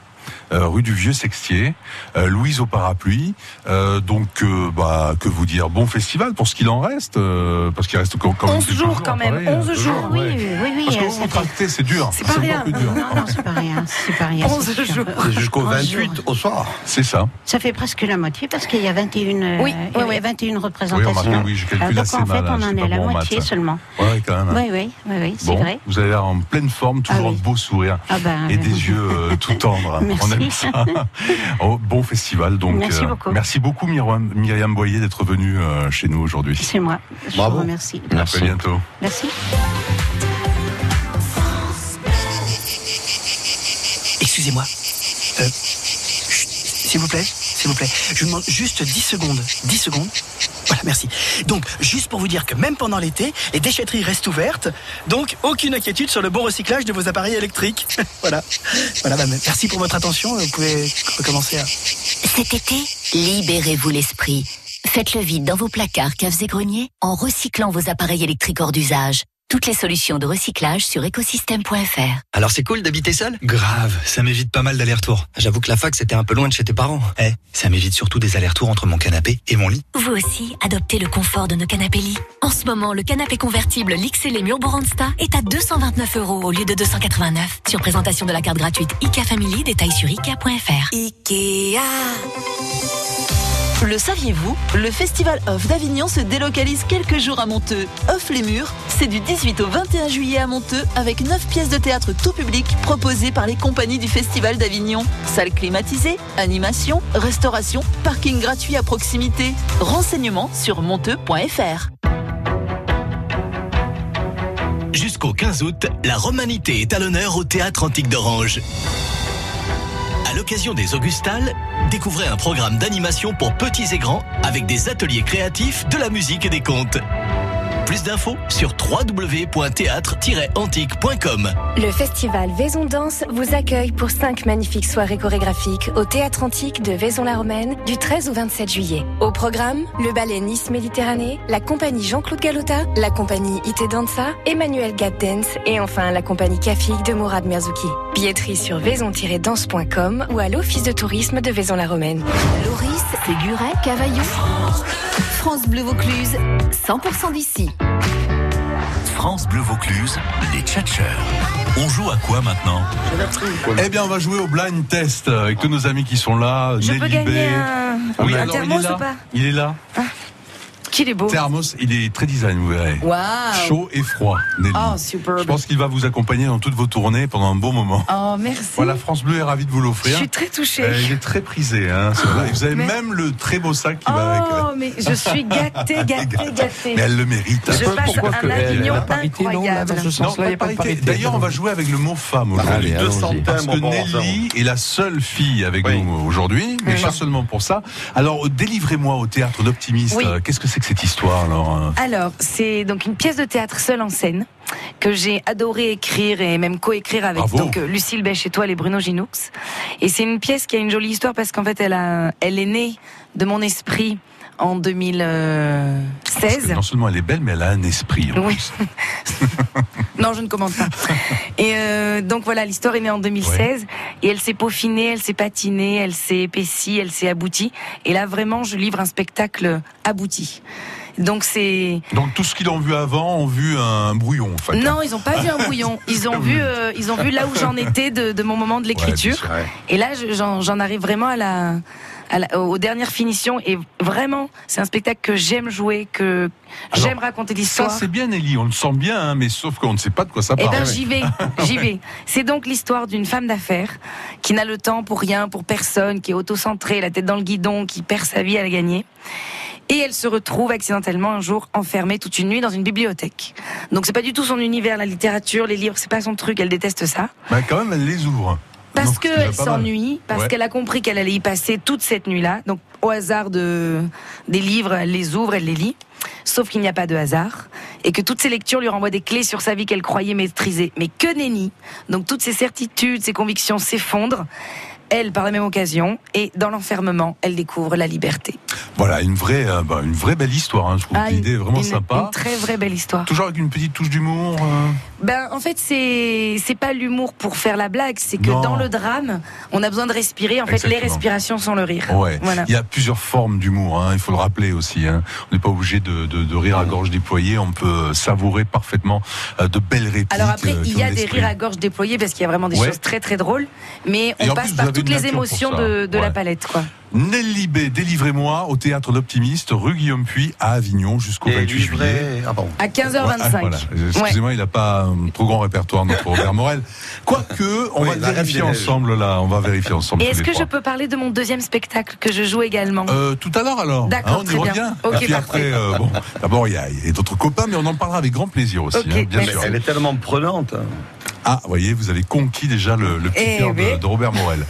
Speaker 2: euh, rue du Vieux Sextier, euh, Louise au parapluie. Euh, donc, euh, bah, que vous dire Bon festival pour ce qu'il en reste, euh, parce qu'il reste quand quand même
Speaker 3: 11
Speaker 2: quelques
Speaker 3: jours quand
Speaker 2: à
Speaker 3: même,
Speaker 2: Paris, hein.
Speaker 3: 11 jours.
Speaker 12: Oui, oui, oui, oui,
Speaker 2: Parce que
Speaker 12: euh,
Speaker 2: vous,
Speaker 12: ça
Speaker 2: vous
Speaker 12: fait-
Speaker 2: tractez, c'est dur.
Speaker 3: C'est pas
Speaker 2: encore
Speaker 3: rien.
Speaker 2: plus dur.
Speaker 12: Non, non, c'est pas rien, c'est pas
Speaker 2: [laughs]
Speaker 12: rien.
Speaker 3: 11
Speaker 12: c'est sûr.
Speaker 3: jours.
Speaker 5: C'est jusqu'au 28 au soir.
Speaker 2: C'est ça.
Speaker 12: Ça fait presque la moitié parce qu'il y a 21, euh,
Speaker 3: Oui, oui,
Speaker 12: il y a
Speaker 3: oui.
Speaker 12: 21
Speaker 2: Oui,
Speaker 12: représentations.
Speaker 2: remarquez, oui, je
Speaker 12: Alors,
Speaker 2: calcule
Speaker 12: donc
Speaker 2: assez
Speaker 12: Ah, en fait,
Speaker 2: mal. hein,
Speaker 12: on
Speaker 2: je suis
Speaker 12: en est
Speaker 2: pas
Speaker 12: à la
Speaker 2: bon en maths.
Speaker 12: moitié seulement.
Speaker 2: Ouais, quand même. hein.
Speaker 12: Oui, oui, oui, oui, c'est
Speaker 2: Bon,
Speaker 12: vrai.
Speaker 2: vous avez l'air en pleine forme, toujours
Speaker 12: Ah
Speaker 2: un
Speaker 12: oui.
Speaker 2: beau sourire
Speaker 12: Ah ben,
Speaker 2: et des
Speaker 12: oui.
Speaker 2: yeux euh, tout tendres. hein.
Speaker 12: [laughs] Merci.
Speaker 2: On aime ça. Oh, bon festival donc. euh,
Speaker 12: Merci beaucoup.
Speaker 2: merci beaucoup Myriam, Myriam Boyer d'être venue euh, chez nous aujourd'hui.
Speaker 12: C'est moi. Je
Speaker 2: Bravo.
Speaker 12: vous remercie.
Speaker 2: À très bientôt.
Speaker 12: Merci.
Speaker 13: Excusez-moi. Euh, chut, s'il vous plaît, s'il vous plaît. Je vous demande juste 10 secondes. 10 secondes. Voilà, merci. Donc, juste pour vous dire que même pendant l'été, les déchetteries restent ouvertes. Donc, aucune inquiétude sur le bon recyclage de vos appareils électriques. [laughs] voilà. Voilà, bah, merci pour votre attention. Vous pouvez recommencer à...
Speaker 14: Cet été, libérez-vous l'esprit. Faites le vide dans vos placards, caves et greniers en recyclant vos appareils électriques hors d'usage. Toutes les solutions de recyclage sur écosystème.fr.
Speaker 15: Alors c'est cool d'habiter seul Grave, ça m'évite pas mal d'allers-retours. J'avoue que la fac c'était un peu loin de chez tes parents. Eh, ça m'évite surtout des allers-retours entre mon canapé et mon lit.
Speaker 14: Vous aussi, adoptez le confort de nos canapés lits. En ce moment, le canapé convertible L'XL Mur Boransta est à 229 euros au lieu de 289. Sur présentation de la carte gratuite IKEA Family, détail sur IKEA.fr.
Speaker 16: Le saviez-vous Le Festival Off d'Avignon se délocalise quelques jours à Monteux. Off les murs, c'est du 18 au 21 juillet à Monteux avec 9 pièces de théâtre tout public proposées par les compagnies du Festival d'Avignon. Salle climatisée, animation, restauration, parking gratuit à proximité. Renseignements sur monteux.fr.
Speaker 17: Jusqu'au 15 août, la romanité est à l'honneur au théâtre antique d'Orange. À l'occasion des Augustales, découvrez un programme d'animation pour petits et grands avec des ateliers créatifs, de la musique et des contes. Plus d'infos sur www.théâtre-antique.com.
Speaker 18: Le festival Vaison Danse vous accueille pour cinq magnifiques soirées chorégraphiques au Théâtre Antique de Vaison-la-Romaine du 13 au 27 juillet. Au programme, le ballet Nice Méditerranée, la compagnie Jean-Claude Galota, la compagnie Ite Danza, Emmanuel Gaddens et enfin la compagnie Kafik de Mourad Merzouki. Billetterie sur vaison-danse.com ou à l'office de tourisme de Vaison-la-Romaine.
Speaker 19: Loris, Séguret, Cavaillon. France Bleu Vaucluse, 100% d'ici.
Speaker 1: France Bleu Vaucluse, les tchatcheurs. On joue à quoi maintenant
Speaker 2: Eh bien, on va jouer au blind test avec tous nos amis qui sont là.
Speaker 3: Je
Speaker 2: Nelly
Speaker 3: peux
Speaker 2: B.
Speaker 3: gagner un,
Speaker 2: Oui,
Speaker 3: un
Speaker 2: alors, il est
Speaker 3: thermos
Speaker 2: là.
Speaker 3: ou pas
Speaker 2: Il est là.
Speaker 3: Qu'il est beau.
Speaker 2: Thermos, il est très design, vous verrez.
Speaker 3: Waouh.
Speaker 2: Chaud et froid, Nelly.
Speaker 3: Oh, superbe.
Speaker 2: Je pense qu'il va vous accompagner dans toutes vos tournées pendant un bon moment.
Speaker 3: Oh, merci.
Speaker 2: Voilà, France Bleu est ravi de vous l'offrir.
Speaker 3: Je suis très touchée.
Speaker 2: Euh, il est très prisé. Hein, c'est vrai. Et vous avez
Speaker 3: Mais-
Speaker 2: même le très beau sac qui va avec. euh,
Speaker 3: Oh, mais je
Speaker 2: [laughs]
Speaker 3: suis gâtée, gâtée, gâtée.
Speaker 2: Mais elle le mérite.
Speaker 3: Je passe Pourquoi un que- Avignon la parité, non, là, incroyable. dans ce sens-là,
Speaker 2: Non,
Speaker 3: il y a pas de
Speaker 2: parité.
Speaker 3: parité.
Speaker 2: D'ailleurs, on va jouer avec le mot femme aujourd'hui.
Speaker 5: Allez, allons-y.
Speaker 2: Parce que
Speaker 5: Bon, bon,
Speaker 2: Nelly est la seule fille avec nous aujourd'hui, mais pas seulement pour ça. Alors, délivrez-moi au théâtre d'optimiste.
Speaker 3: Oui.
Speaker 2: Euh, Qu'est-ce que c'est que cette histoire alors hein
Speaker 3: Alors, c'est donc une pièce de théâtre seule en scène que j'ai adoré écrire et même coécrire avec
Speaker 2: Bravo.
Speaker 3: donc euh, Lucille Bèche et Bruno Ginoux. Et c'est une pièce qui a une jolie histoire parce qu'en fait, elle, a, elle est née de mon esprit en euh, 2016.
Speaker 2: Parce que non seulement elle est belle, mais elle a un esprit. en
Speaker 3: Oui. non, je ne commande
Speaker 2: [laughs]
Speaker 3: pas. Et euh, donc voilà, l'histoire est née en 2016 et elle s'est peaufinée, elle s'est patinée, elle s'est épaissie, elle s'est aboutie. Et là, vraiment, je livre un spectacle abouti. Donc c'est
Speaker 2: Donc, tout ce qu'ils ont vu avant ont vu un brouillon, en fait. hein.
Speaker 3: non, ils n'ont pas
Speaker 2: [laughs]
Speaker 3: vu un brouillon. Ils ont vu, euh, ils ont vu là où j'en étais de, de mon moment de l'écriture.
Speaker 2: Ouais, bien sûr, ouais.
Speaker 3: et là, je- j'en j'en arrive vraiment à la, à la- aux dernières finitions. Et vraiment, c'est un spectacle que j'aime jouer, que
Speaker 2: Alors,
Speaker 3: j'aime raconter
Speaker 2: Ça,
Speaker 3: l'histoire.
Speaker 2: c'est bien, Nelly. On le sent bien, hein, mais sauf qu'on ne sait pas de quoi ça
Speaker 3: Eh
Speaker 2: parle.
Speaker 3: ben j'y
Speaker 2: [laughs]
Speaker 3: vais, j'y
Speaker 2: Ouais.
Speaker 3: vais. C'est donc l'histoire d'une femme d'affaires qui n'a le temps pour rien, pour personne, qui est autocentrée, la tête dans le guidon, qui perd sa vie à la gagner. Et elle se retrouve accidentellement un jour enfermée toute une nuit dans une bibliothèque. Donc c'est pas du tout son univers, la littérature, les livres, c'est pas son truc, elle déteste ça.
Speaker 2: Bah, quand même, elle les ouvre.
Speaker 3: Parce
Speaker 2: Donc, c'est
Speaker 3: qu'elle
Speaker 2: déjà pas mal.
Speaker 3: s'ennuie, parce
Speaker 2: Ouais.
Speaker 3: qu'elle a compris qu'elle allait y passer toute cette nuit-là. Donc, au hasard de, des livres, elle les ouvre, elle les lit. Sauf qu'il n'y a pas de hasard. Et que toutes ces lectures lui renvoient des clés sur sa vie qu'elle croyait maîtriser. Mais que nenni Donc, toutes ses certitudes, ses convictions s'effondrent. Elle, par la même occasion, et dans l'enfermement, elle découvre la liberté.
Speaker 2: Voilà, une vraie, euh, bah, une vraie belle histoire. hein. Je trouve
Speaker 3: Ah,
Speaker 2: l'idée est vraiment
Speaker 3: une-
Speaker 2: sympa.
Speaker 3: Une très vraie belle histoire.
Speaker 2: Toujours avec une petite touche d'humour. euh.
Speaker 3: Ben, en fait, c'est c'est pas l'humour pour faire la blague, c'est que
Speaker 2: Non.
Speaker 3: dans le drame, on a besoin de respirer. En fait, les
Speaker 2: Exactement.
Speaker 3: respirations sont le rire.
Speaker 2: Ouais.
Speaker 3: Voilà.
Speaker 2: Il y a plusieurs formes d'humour, hein, il faut le rappeler aussi. hein. On n'est pas obligé de, de- de rire à gorge déployée, on peut euh, savourer parfaitement euh, de belles répliques.
Speaker 3: Alors après,
Speaker 2: euh, qui
Speaker 3: il y
Speaker 2: ont
Speaker 3: a des
Speaker 2: l'esprit.
Speaker 3: rires à gorge déployée parce qu'il y a vraiment des
Speaker 2: Ouais.
Speaker 3: choses très très drôles, mais on
Speaker 2: Et en
Speaker 3: passe
Speaker 2: plus, vous
Speaker 3: par
Speaker 2: avez
Speaker 3: toutes
Speaker 2: une
Speaker 3: les
Speaker 2: nature pour
Speaker 3: émotions
Speaker 2: ça.
Speaker 3: de, de la
Speaker 2: Ouais.
Speaker 3: palette, quoi.
Speaker 2: Nelly B, délivrez-moi au théâtre L'Optimiste, rue Guillaume Puy à Avignon jusqu'au 28 juillet.
Speaker 5: ah
Speaker 3: À 15h25.
Speaker 2: Ouais, ah, voilà. Excusez-moi, il n'a pas un trop grand répertoire, notre Robert Morel. Quoique, on
Speaker 5: Oui,
Speaker 2: va
Speaker 5: la reine
Speaker 2: vérifier
Speaker 5: des neiges.
Speaker 2: ensemble là. On va vérifier ensemble.
Speaker 3: Et
Speaker 2: tous
Speaker 3: est-ce
Speaker 2: les
Speaker 3: que
Speaker 2: trois.
Speaker 3: je peux parler de mon deuxième spectacle que je joue également
Speaker 2: Euh, tout à l'heure alors.
Speaker 3: D'accord,
Speaker 2: Hein, on y
Speaker 3: très bien.
Speaker 2: revient.
Speaker 3: Ok,
Speaker 2: Et puis
Speaker 3: parfait.
Speaker 2: après, euh, bon, d'abord il y a, il y a d'autres copains, mais on en parlera avec grand plaisir aussi,
Speaker 3: Ok,
Speaker 2: hein, bien
Speaker 3: merci.
Speaker 2: sûr.
Speaker 3: Elle
Speaker 2: est tellement prenante. Ah, voyez, vous avez conquis déjà le, le petit
Speaker 3: Eh
Speaker 2: cœur de-
Speaker 3: oui.
Speaker 2: de, Robert Morel.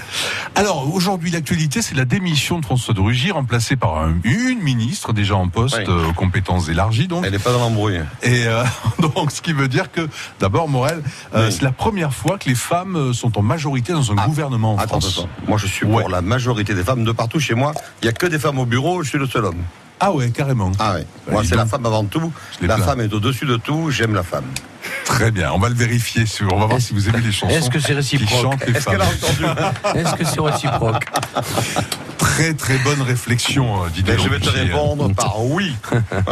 Speaker 2: Alors, aujourd'hui, l'actualité, c'est la démission de François de Rugy, remplacée par un- une ministre déjà en poste, euh, aux compétences élargies. Donc. Elle n'est pas dans l'embrouille. Et euh, [laughs] donc, ce qui veut dire que, d'abord, Morel, euh, c'est la première fois que les femmes euh, sont en majorité dans un gouvernement en
Speaker 5: Attends,
Speaker 2: France.
Speaker 5: attends. Moi, je suis pour la majorité des femmes de partout chez moi. Il n'y a que des femmes au bureau, je suis le seul homme.
Speaker 2: Ah ouais, Bah, carrément.
Speaker 5: Ah ouais. moi, c'est la femme avant tout. La
Speaker 2: plains.
Speaker 5: femme est au-dessus de tout, j'aime la femme.
Speaker 2: Très bien, on va le vérifier. Sur, on va voir si vous aimez les chansons.
Speaker 5: est-ce que c'est
Speaker 2: qui
Speaker 5: réciproque
Speaker 2: chantent les
Speaker 5: Est-ce qu'elle a
Speaker 2: femmes.
Speaker 5: entendu Est-ce que c'est réciproque
Speaker 2: Très très bonne réflexion, euh, Didier.
Speaker 5: Ben, je vais te répondre
Speaker 2: par [laughs] oui.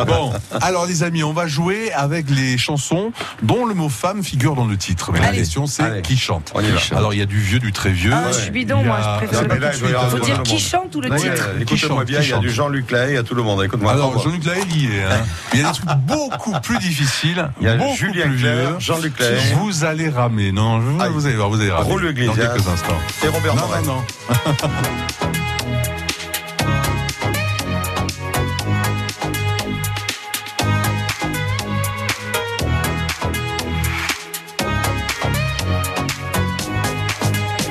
Speaker 2: Bon, alors les amis, on va jouer avec les chansons dont le mot femme figure dans le titre. Mais la
Speaker 5: Allez.
Speaker 2: question c'est qui chante. Alors il y a du vieux, du très vieux.
Speaker 3: Ah, je suis bidon, moi, je préfère le
Speaker 5: Ah, là, il doit y avoir
Speaker 3: Faut
Speaker 5: tout
Speaker 3: dire
Speaker 5: le
Speaker 3: qui
Speaker 5: monde.
Speaker 3: chante ou le
Speaker 5: Ouais,
Speaker 3: titre
Speaker 5: euh,
Speaker 2: Qui chante,
Speaker 5: Écoute-moi bien,
Speaker 2: qui
Speaker 5: il y a du
Speaker 2: chante
Speaker 5: Jean-Luc Lahaye, il y a tout le monde. Écoute-moi
Speaker 2: Alors
Speaker 5: bien,
Speaker 2: Jean-Luc Lahaye il y est. hein. Il y a des trucs beaucoup plus difficiles,
Speaker 5: Il y a
Speaker 2: beaucoup
Speaker 5: Julien
Speaker 2: plus
Speaker 5: Clerc,
Speaker 2: vieux.
Speaker 5: Jean-Luc Lahaye.
Speaker 2: Vous allez ramer, non je- Vous allez voir, vous allez ramer.
Speaker 5: Roule le
Speaker 2: dans
Speaker 5: Glésias.
Speaker 2: quelques instants.
Speaker 5: Et Robert
Speaker 2: Non,
Speaker 5: Morel.
Speaker 2: non, non.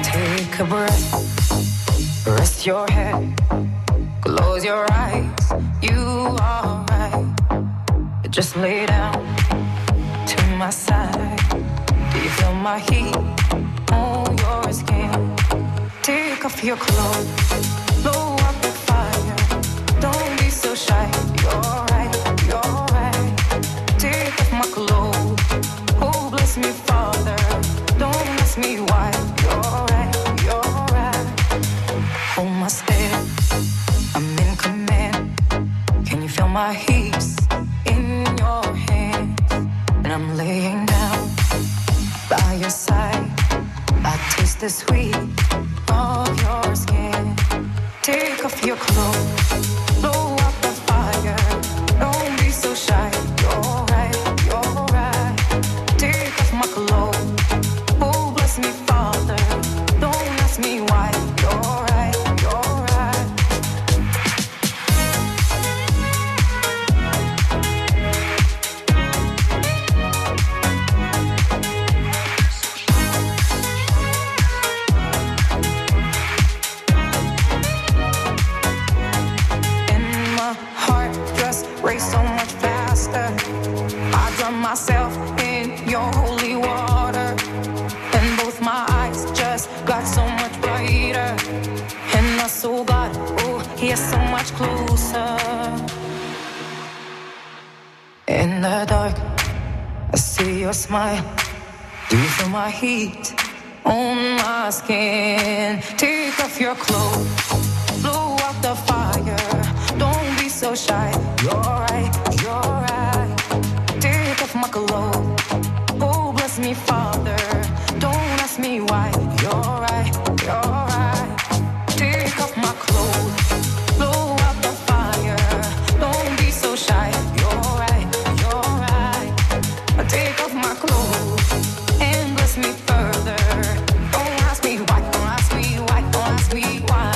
Speaker 20: Take a breath, rest your head, close your eyes. You are right. Just lay down to my side. Do you feel my heat on your skin? Take off your clothes, blow up the fire. Don't be so shy. You're right, you're right. Take off my clothes. Oh, bless me, Father. Don't ask me why. You're right, you're right. Hold my step. I'm in command. Can you feel my heaps in your hands? And I'm laying down by your side. I taste the sweet of your skin. Take off your clothes, blow up the fire. Don't be so shy. You're right, you're right. Take off my clothes. Oh, bless me, Father. Don't ask me why. You're right, you're right. And my heart just raced so much faster. I drown myself in your holy water. And both my eyes just got so much brighter. And I saw God, oh, he is so much closer. In the dark, I see your smile. Do you feel my heat on my skin? Take off your clothes, blow out the fire. Don't be so shy. You're right, you're right. Take off my clothes. Oh, bless me, Father. Don't ask me why. You're right, you're right. Take off my clothes. Blow out the fire. Don't be so shy. You're right, you're right. Take off my clothes and bless me further. Don't ask me why. Don't ask me why. Don't ask me why.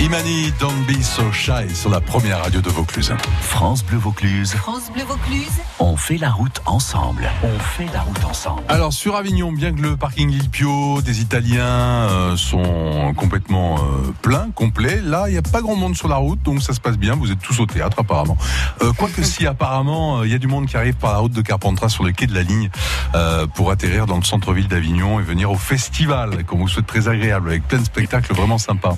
Speaker 2: Imani, don't be so shy sur la première radio de Vaucluse.
Speaker 1: France Bleu Vaucluse,
Speaker 16: France Bleu Vaucluse.
Speaker 1: on fait la route ensemble. On fait la route ensemble.
Speaker 2: Alors sur Avignon, bien que le parking Lille Pio des Italiens euh, sont complètement euh, plein, complet, là il n'y a pas grand monde sur la route, donc ça se passe bien. Vous êtes tous au théâtre apparemment. Euh, Quoique si apparemment euh, il y a du monde qui arrive par la route de Carpentras sur le quai de la ligne euh, pour atterrir dans le centre-ville d'Avignon et venir au festival qu'on vous souhaite très agréable avec plein de spectacles vraiment sympas.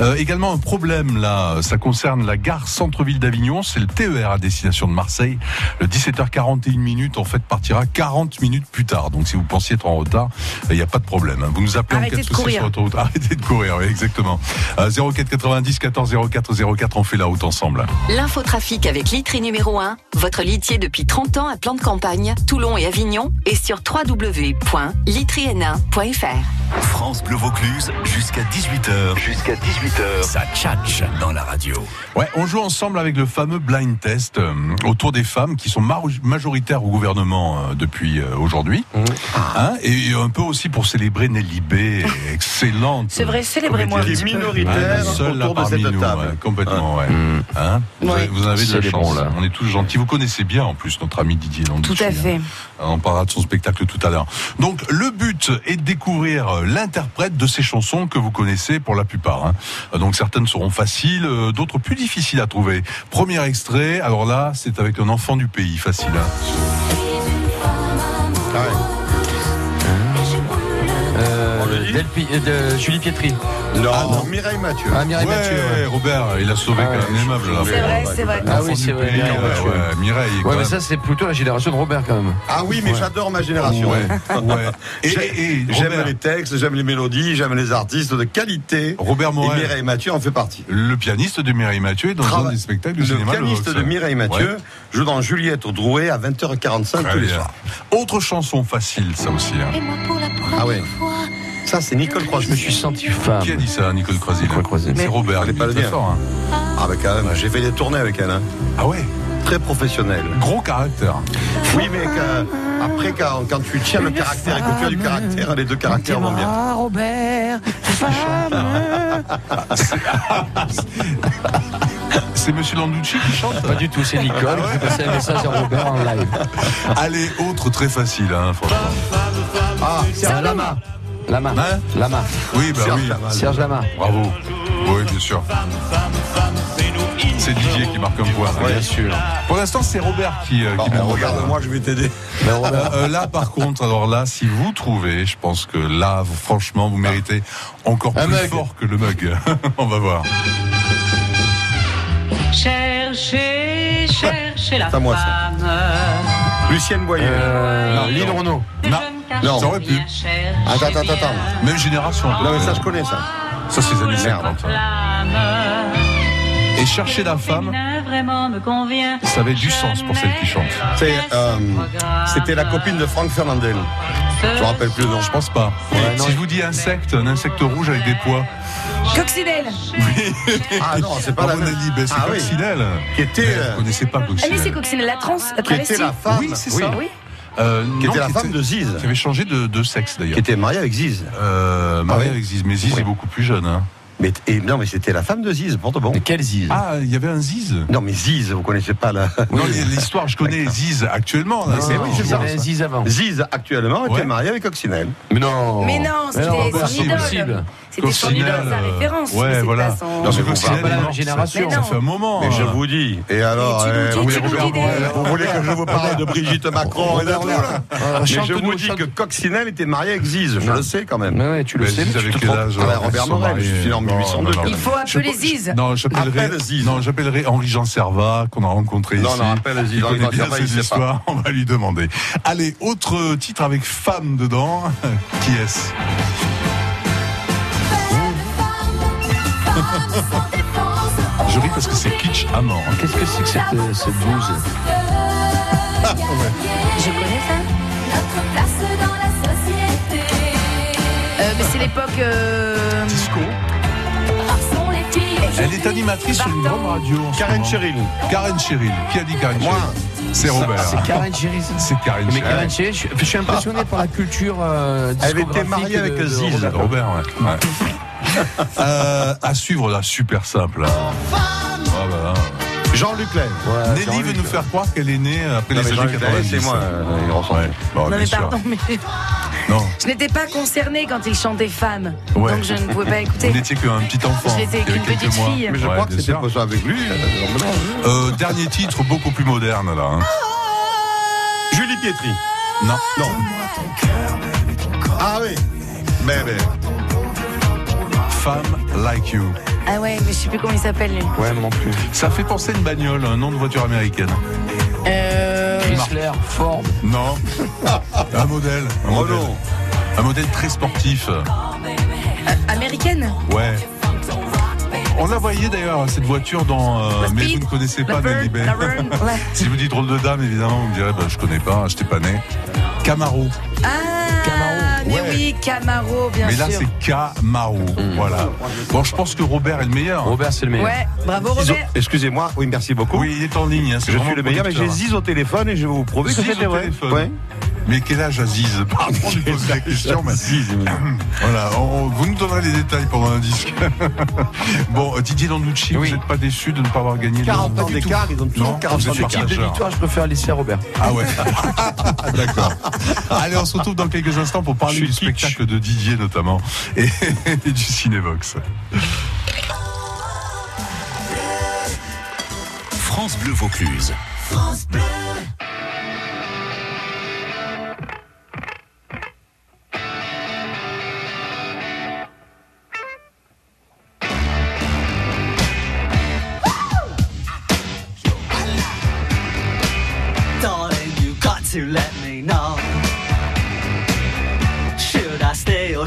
Speaker 2: Euh, également un problème là, ça concerne la gare centre-ville d'Avignon, c'est le TER à destination de Marseille. Le 17h41 minutes en fait partira 40 minutes plus tard. Donc si vous pensiez être en retard, euh, il n'y a pas de problème. hein. Vous nous appelez
Speaker 3: Arrêtez
Speaker 2: en
Speaker 3: de
Speaker 2: 4
Speaker 3: courir.
Speaker 2: sur autoroute. [laughs] Arrêtez de courir, oui, exactement. Euh, 04 90 14 04 04, on fait la route ensemble.
Speaker 21: L'infotrafic avec Litry numéro 1, votre litier depuis 30 ans à plan de campagne, Toulon et Avignon, et sur www.litryn1.fr.
Speaker 1: France Bleu Vaucluse, jusqu'à 18h. Jusqu'à 18h. Ça tchatche dans la radio.
Speaker 2: Ouais, on joue ensemble avec le fameux blind test euh, autour des femmes qui sont mar- majoritaires au gouvernement euh, depuis euh, aujourd'hui.
Speaker 3: Mmh.
Speaker 2: Hein, et un peu aussi pour célébrer
Speaker 3: [laughs]
Speaker 2: Nelly B, excellente.
Speaker 3: C'est vrai, célébrez-moi
Speaker 2: comédienne.
Speaker 3: un petit peu. Qui est minoritaire
Speaker 2: Ouais, seule là
Speaker 5: autour de
Speaker 2: parmi
Speaker 5: cette
Speaker 2: nous,
Speaker 5: table.
Speaker 2: ouais, complètement, ouais. Hein vous, avez, vous avez de la
Speaker 4: Célébrons,
Speaker 2: chance.
Speaker 4: là.
Speaker 2: On est tous gentils. Vous connaissez bien en plus notre ami Didier Landucci.
Speaker 3: Tout à fait.
Speaker 2: hein. On parlera de son spectacle tout à l'heure. Donc le but est de découvrir l'interprète de ces chansons que vous connaissez pour la plupart. hein. Donc certaines seront faciles, euh, d'autres plus difficiles à trouver. Premier extrait, alors là c'est avec un enfant du pays, facile. hein.
Speaker 4: Euh, Delpi- euh, de Julie Pietri.
Speaker 5: Non,
Speaker 4: Ah, non.
Speaker 5: Mireille Mathieu.
Speaker 4: Ah, Mireille
Speaker 2: Ouais,
Speaker 4: Mathieu. ouais.
Speaker 2: Robert, il a sauvé
Speaker 4: Ah,
Speaker 2: quand même aimable là.
Speaker 3: C'est vrai, c'est vrai.
Speaker 4: Ah
Speaker 2: L'enfant
Speaker 4: oui,
Speaker 2: du
Speaker 4: c'est vrai.
Speaker 2: pays,
Speaker 4: Mireille
Speaker 2: ouais,
Speaker 4: Mathieu.
Speaker 2: ouais, Mireille,
Speaker 4: Ouais,
Speaker 2: quand
Speaker 4: mais
Speaker 2: même.
Speaker 4: ça, c'est plutôt la génération de Robert, quand même.
Speaker 5: Ah oui, mais
Speaker 4: Ouais.
Speaker 5: j'adore ma génération.
Speaker 2: Ouais.
Speaker 5: [laughs]
Speaker 2: Ouais. Et-
Speaker 5: J'ai-
Speaker 2: et- et
Speaker 5: j'aime
Speaker 2: Robert.
Speaker 5: les textes, j'aime les mélodies, j'aime les artistes de qualité.
Speaker 2: Robert Morel.
Speaker 5: Et Mireille Mathieu en fait partie.
Speaker 2: Le pianiste de Mireille Mathieu est dans un
Speaker 5: Trava-
Speaker 2: des spectacles du
Speaker 5: Le
Speaker 2: cinéma.
Speaker 5: pianiste
Speaker 2: Hoax.
Speaker 5: de Mireille Mathieu
Speaker 2: Ouais.
Speaker 5: joue dans Juliette au Drouet à 20h45 tous
Speaker 2: Très
Speaker 5: les
Speaker 2: bien.
Speaker 5: soirs.
Speaker 2: Autre chanson facile, ça aussi. hein.
Speaker 8: Et moi pour la première
Speaker 5: Ah ouais.
Speaker 8: fois.
Speaker 5: Ça, c'est Nicole Croix.
Speaker 4: Je me suis senti femme.
Speaker 2: Qui a dit ça, Nicole Croisille C'est Robert,
Speaker 5: Fallait
Speaker 2: il
Speaker 5: pas
Speaker 2: est
Speaker 5: le
Speaker 2: très
Speaker 5: dire.
Speaker 2: fort, hein.
Speaker 5: Ah, bah quand même, j'ai fait des tournées avec elle. hein.
Speaker 2: Ah ouais
Speaker 5: très professionnel.
Speaker 2: Gros hein. caractère.
Speaker 5: [laughs] Oui, mais que- après, quand, quand tu tiens le caractère et que tu as du caractère, les deux caractères vont bien.
Speaker 9: Robert, femme.
Speaker 2: C'est Monsieur Landucci qui chante Ah
Speaker 4: Pas du tout, c'est Nicole. Je vais passer un message à Robert en live.
Speaker 2: Allez, autre très facile, hein, franchement.
Speaker 5: Ah, Serge Lama.
Speaker 4: Lama. Lama.
Speaker 2: Hein Oui, bah
Speaker 4: Serge
Speaker 2: oui.
Speaker 4: Lama. Serge Lama.
Speaker 2: Bravo. Oui, bien sûr. C'est Didier qui marque un point.
Speaker 4: Bien sûr.
Speaker 2: Pour l'instant, c'est Robert qui, euh, qui marque.
Speaker 5: Regarde-moi, je vais t'aider.
Speaker 2: Euh, euh, là, par contre, alors là, si vous trouvez, je pense que là, vous- franchement, vous méritez encore plus fort que le mug. [laughs] On va voir.
Speaker 9: Cherchez, cherchez la
Speaker 2: C'est à moi, ça.
Speaker 9: femme.
Speaker 5: Ah, Lucienne Boyer.
Speaker 2: non,
Speaker 5: Lynn
Speaker 2: Euh, Renault. Non,
Speaker 5: Non.
Speaker 2: ça aurait pu.
Speaker 5: Attends, attends, attends, attends.
Speaker 2: Même génération.
Speaker 5: Non, mais ça, je connais ça.
Speaker 2: Ça, c'est les années
Speaker 5: Merde.
Speaker 2: 50. Et chercher la femme,
Speaker 9: Vraiment me convient.
Speaker 2: ça avait du sens pour celle qui chante.
Speaker 5: C'est, euh, C'était la copine de Franck Fernandel. Je me rappelle plus le nom.
Speaker 2: Je pense pas. si je vous dis insecte, un insecte rouge avec des pois.
Speaker 3: Coccinelle
Speaker 5: [laughs] Ah non, c'est pas
Speaker 2: Ah,
Speaker 5: la
Speaker 2: mon
Speaker 5: même.
Speaker 2: ami, ben, c'est
Speaker 5: Ah oui.
Speaker 2: Coccinelle.
Speaker 5: Qui était,
Speaker 2: Mais
Speaker 5: euh,
Speaker 2: Vous connaissez pas
Speaker 3: Ah mais c'est
Speaker 2: Coccinelle.
Speaker 3: Coccinelle, la trans, la
Speaker 2: Qui était
Speaker 3: travestie.
Speaker 2: la femme. Oui, c'est ça.
Speaker 3: Oui.
Speaker 2: Euh,
Speaker 5: Qui
Speaker 2: non,
Speaker 5: était la femme de Ziz.
Speaker 2: Qui avait changé de, de sexe d'ailleurs.
Speaker 5: Qui était mariée avec Ziz.
Speaker 2: Euh, mariée
Speaker 5: Ah oui.
Speaker 2: avec Ziz, mais Ziz
Speaker 5: Oui.
Speaker 2: est beaucoup plus jeune. hein.
Speaker 5: Mais, et, non, mais c'était la femme de Ziz, pour de bon. Mais
Speaker 4: quelle Ziz
Speaker 2: Ah, il y avait un Ziz
Speaker 5: Non, mais Ziz, vous connaissez pas la.
Speaker 2: Non, l'histoire, je connais Ziz actuellement. là,
Speaker 5: Mais
Speaker 2: c'est-
Speaker 5: oui, c'est ça.
Speaker 4: Ziz avant.
Speaker 5: Ziz, actuellement, était
Speaker 2: Ouais.
Speaker 5: mariée avec Coccinelle.
Speaker 4: Mais non
Speaker 3: Mais non, c'était
Speaker 2: non,
Speaker 3: son
Speaker 2: impossible,
Speaker 3: idole.
Speaker 2: impossible.
Speaker 3: C'était son idole, sa
Speaker 2: euh,
Speaker 3: référence. mais
Speaker 2: Ouais,
Speaker 3: c'est
Speaker 2: voilà.
Speaker 3: pas son-
Speaker 2: Parce que
Speaker 5: Non, mais vous
Speaker 2: Coccinelle,
Speaker 5: parlez
Speaker 4: pas la
Speaker 2: elle
Speaker 4: même
Speaker 2: est morte,
Speaker 4: génération.
Speaker 2: Ça fait un moment.
Speaker 5: Mais je
Speaker 2: hein.
Speaker 5: vous dis. Ah. Et alors,
Speaker 2: tu nous
Speaker 5: euh,
Speaker 2: dis,
Speaker 5: vous,
Speaker 2: tu
Speaker 5: voulez,
Speaker 2: nous dis des-
Speaker 5: vous voulez que je vous parle de Brigitte Macron et de tout, là Mais je
Speaker 4: chante-nous,
Speaker 5: vous dis que Coccinelle était mariée avec Ziz, je le sais quand même.
Speaker 4: Mais ouais, tu le
Speaker 2: Mais
Speaker 4: sais.
Speaker 2: Ziz,
Speaker 4: mais tu
Speaker 2: avec
Speaker 4: te
Speaker 2: quel
Speaker 4: trompes.
Speaker 2: âge euh,
Speaker 5: Ah, bah,
Speaker 2: alors,
Speaker 5: Robert
Speaker 2: ils sont
Speaker 5: Morel, je suis né en
Speaker 2: mariés.
Speaker 5: 1802.
Speaker 2: euh, Non, non, non.
Speaker 3: Il faut appeler
Speaker 2: Je-
Speaker 3: Ziz.
Speaker 2: Non, j'appellerai,
Speaker 5: Appelle Ziz.
Speaker 2: non, j'appellerai Henri-Jean Servat, qu'on a rencontré
Speaker 5: Non,
Speaker 2: ici.
Speaker 5: non, appelle Ziz.
Speaker 2: Il connaît
Speaker 5: Henri-Jean
Speaker 2: bien
Speaker 5: Servat, il
Speaker 2: ces
Speaker 5: sait pas.
Speaker 2: histoires, on va lui demander. Allez, autre titre avec femme dedans. [laughs] Qui est-ce Je ris parce que c'est kitsch à mort.
Speaker 4: Qu'est-ce que c'est que cette, euh, cette
Speaker 2: [laughs]
Speaker 4: blouse
Speaker 3: Je connais ça. Euh, mais c'est l'époque. euh,
Speaker 2: Disco.
Speaker 3: Ah,
Speaker 2: Elle est animatrice sur une grande radio. en ce
Speaker 5: Karen
Speaker 2: moment.
Speaker 5: Cheryl.
Speaker 2: Karen Cheryl. Qui a dit Karen Cheryl C'est Robert.
Speaker 4: C'est Karen Géry, ça.
Speaker 2: C'est Karen
Speaker 4: Mais
Speaker 2: Cheryl.
Speaker 4: Karen Géry, je, je suis impressionné par la culture euh,
Speaker 5: Elle était
Speaker 4: discographique
Speaker 5: mariée
Speaker 4: de-
Speaker 5: avec
Speaker 4: de
Speaker 5: Ziz.
Speaker 4: Robert.
Speaker 2: Robert, ouais. Ouais. [laughs] Euh, à suivre là, super simple. hein. Ah, bah, là.
Speaker 5: Jean-Luc Lair.
Speaker 2: Nelly veut nous faire croire qu'elle est née après
Speaker 5: Non,
Speaker 2: les
Speaker 5: mais
Speaker 2: années
Speaker 5: Jean-Luc Lahaye,
Speaker 2: 90.
Speaker 5: c'est moi, euh, il ressemble.
Speaker 2: Ouais. Bon,
Speaker 3: Non
Speaker 2: bien
Speaker 3: mais
Speaker 2: sûr.
Speaker 3: pardon, mais
Speaker 2: Non.
Speaker 3: je n'étais pas concernée quand il chantait femme.
Speaker 2: Ouais.
Speaker 3: Donc je ne pouvais pas
Speaker 2: Vous [laughs]
Speaker 3: écouter.
Speaker 2: n'étiez qu'un petit enfant.
Speaker 3: J'étais
Speaker 2: qui avait
Speaker 3: qu'une
Speaker 2: quelques
Speaker 3: petite
Speaker 2: mois.
Speaker 3: fille.
Speaker 5: Mais je
Speaker 2: Ouais,
Speaker 5: crois que
Speaker 2: bien
Speaker 5: c'était
Speaker 2: sûr.
Speaker 5: pas ça avec lui. euh, normalement.
Speaker 2: Euh, dernier titre beaucoup plus moderne là. hein.
Speaker 5: Julie Pietri.
Speaker 2: Non.
Speaker 5: Non. Ah oui. Mais, mais.
Speaker 2: Femme like you.
Speaker 3: Ah ouais, mais je sais plus comment il s'appelle lui.
Speaker 4: Ouais, moi non plus.
Speaker 2: Ça fait penser à une bagnole, un nom de voiture américaine.
Speaker 3: Euh,
Speaker 4: Chrysler, Ford.
Speaker 5: [laughs]
Speaker 2: Non. un modèle. Un
Speaker 5: Renault.
Speaker 2: modèle. Un modèle très sportif.
Speaker 3: américaine.
Speaker 2: Ouais. On la voyait d'ailleurs, cette voiture dans. euh, mais vous ne connaissez pas
Speaker 3: Lover,
Speaker 2: Nelly Bay.
Speaker 3: Lover,
Speaker 2: [laughs]
Speaker 3: ouais.
Speaker 2: si je vous dis drôle de dame, évidemment, vous me direz, bah, je connais pas, j'étais pas né. Camaro.
Speaker 3: Ah, mais
Speaker 2: Ouais.
Speaker 3: oui, Camaro, bien
Speaker 2: mais là,
Speaker 3: sûr.
Speaker 2: c'est Camaro. Voilà. Bon, je pense que Robert est le meilleur.
Speaker 4: Mm. Robert, c'est le meilleur.
Speaker 3: Ouais, bravo
Speaker 5: Zizo-
Speaker 3: Robert.
Speaker 5: Excusez-moi, oui, merci beaucoup.
Speaker 2: Oui, il est en ligne. hein, c'est
Speaker 5: je
Speaker 2: vraiment
Speaker 5: suis le meilleur, mais j'ai
Speaker 2: producteur, hein.
Speaker 5: Ziz au téléphone et je vais vous prouver que
Speaker 2: Ziz
Speaker 5: c'était
Speaker 2: au
Speaker 5: vrai.
Speaker 2: téléphone.
Speaker 5: Ouais.
Speaker 2: Mais quel âge Aziz Pardon, je lui pose la question, mais. [clears throat] voilà, on- vous nous donnerez les détails pendant un disque. [laughs] bon, euh, Didier Landucci,
Speaker 4: Oui.
Speaker 2: vous n'êtes pas déçu de ne pas avoir gagné
Speaker 5: 40
Speaker 2: non,
Speaker 5: ans
Speaker 2: pas du
Speaker 5: d'écart,
Speaker 2: tout.
Speaker 5: ils ont toujours
Speaker 2: Non,
Speaker 5: 40
Speaker 2: vous
Speaker 5: ans
Speaker 2: êtes sur
Speaker 5: d'écart.
Speaker 4: Type de
Speaker 2: quel genre
Speaker 4: victoire, je préfère laisser à Robert.
Speaker 2: Ah ouais. D'accord. [laughs] Allez, on se retrouve dans quelques instants pour parler
Speaker 5: Je suis
Speaker 2: du
Speaker 5: kitsch.
Speaker 2: spectacle de Didier notamment et, [laughs] et du Cinévox.
Speaker 1: France Bleu Vaucluse.
Speaker 9: Darling, you got to let me know. Should I stay or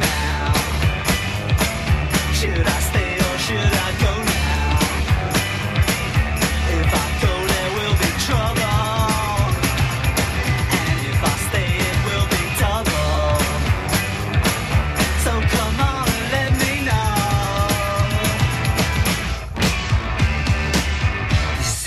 Speaker 6: now? Should I stay or should I go now? If I go, there will be trouble. And if I stay, it will be double. So come on and let me know. This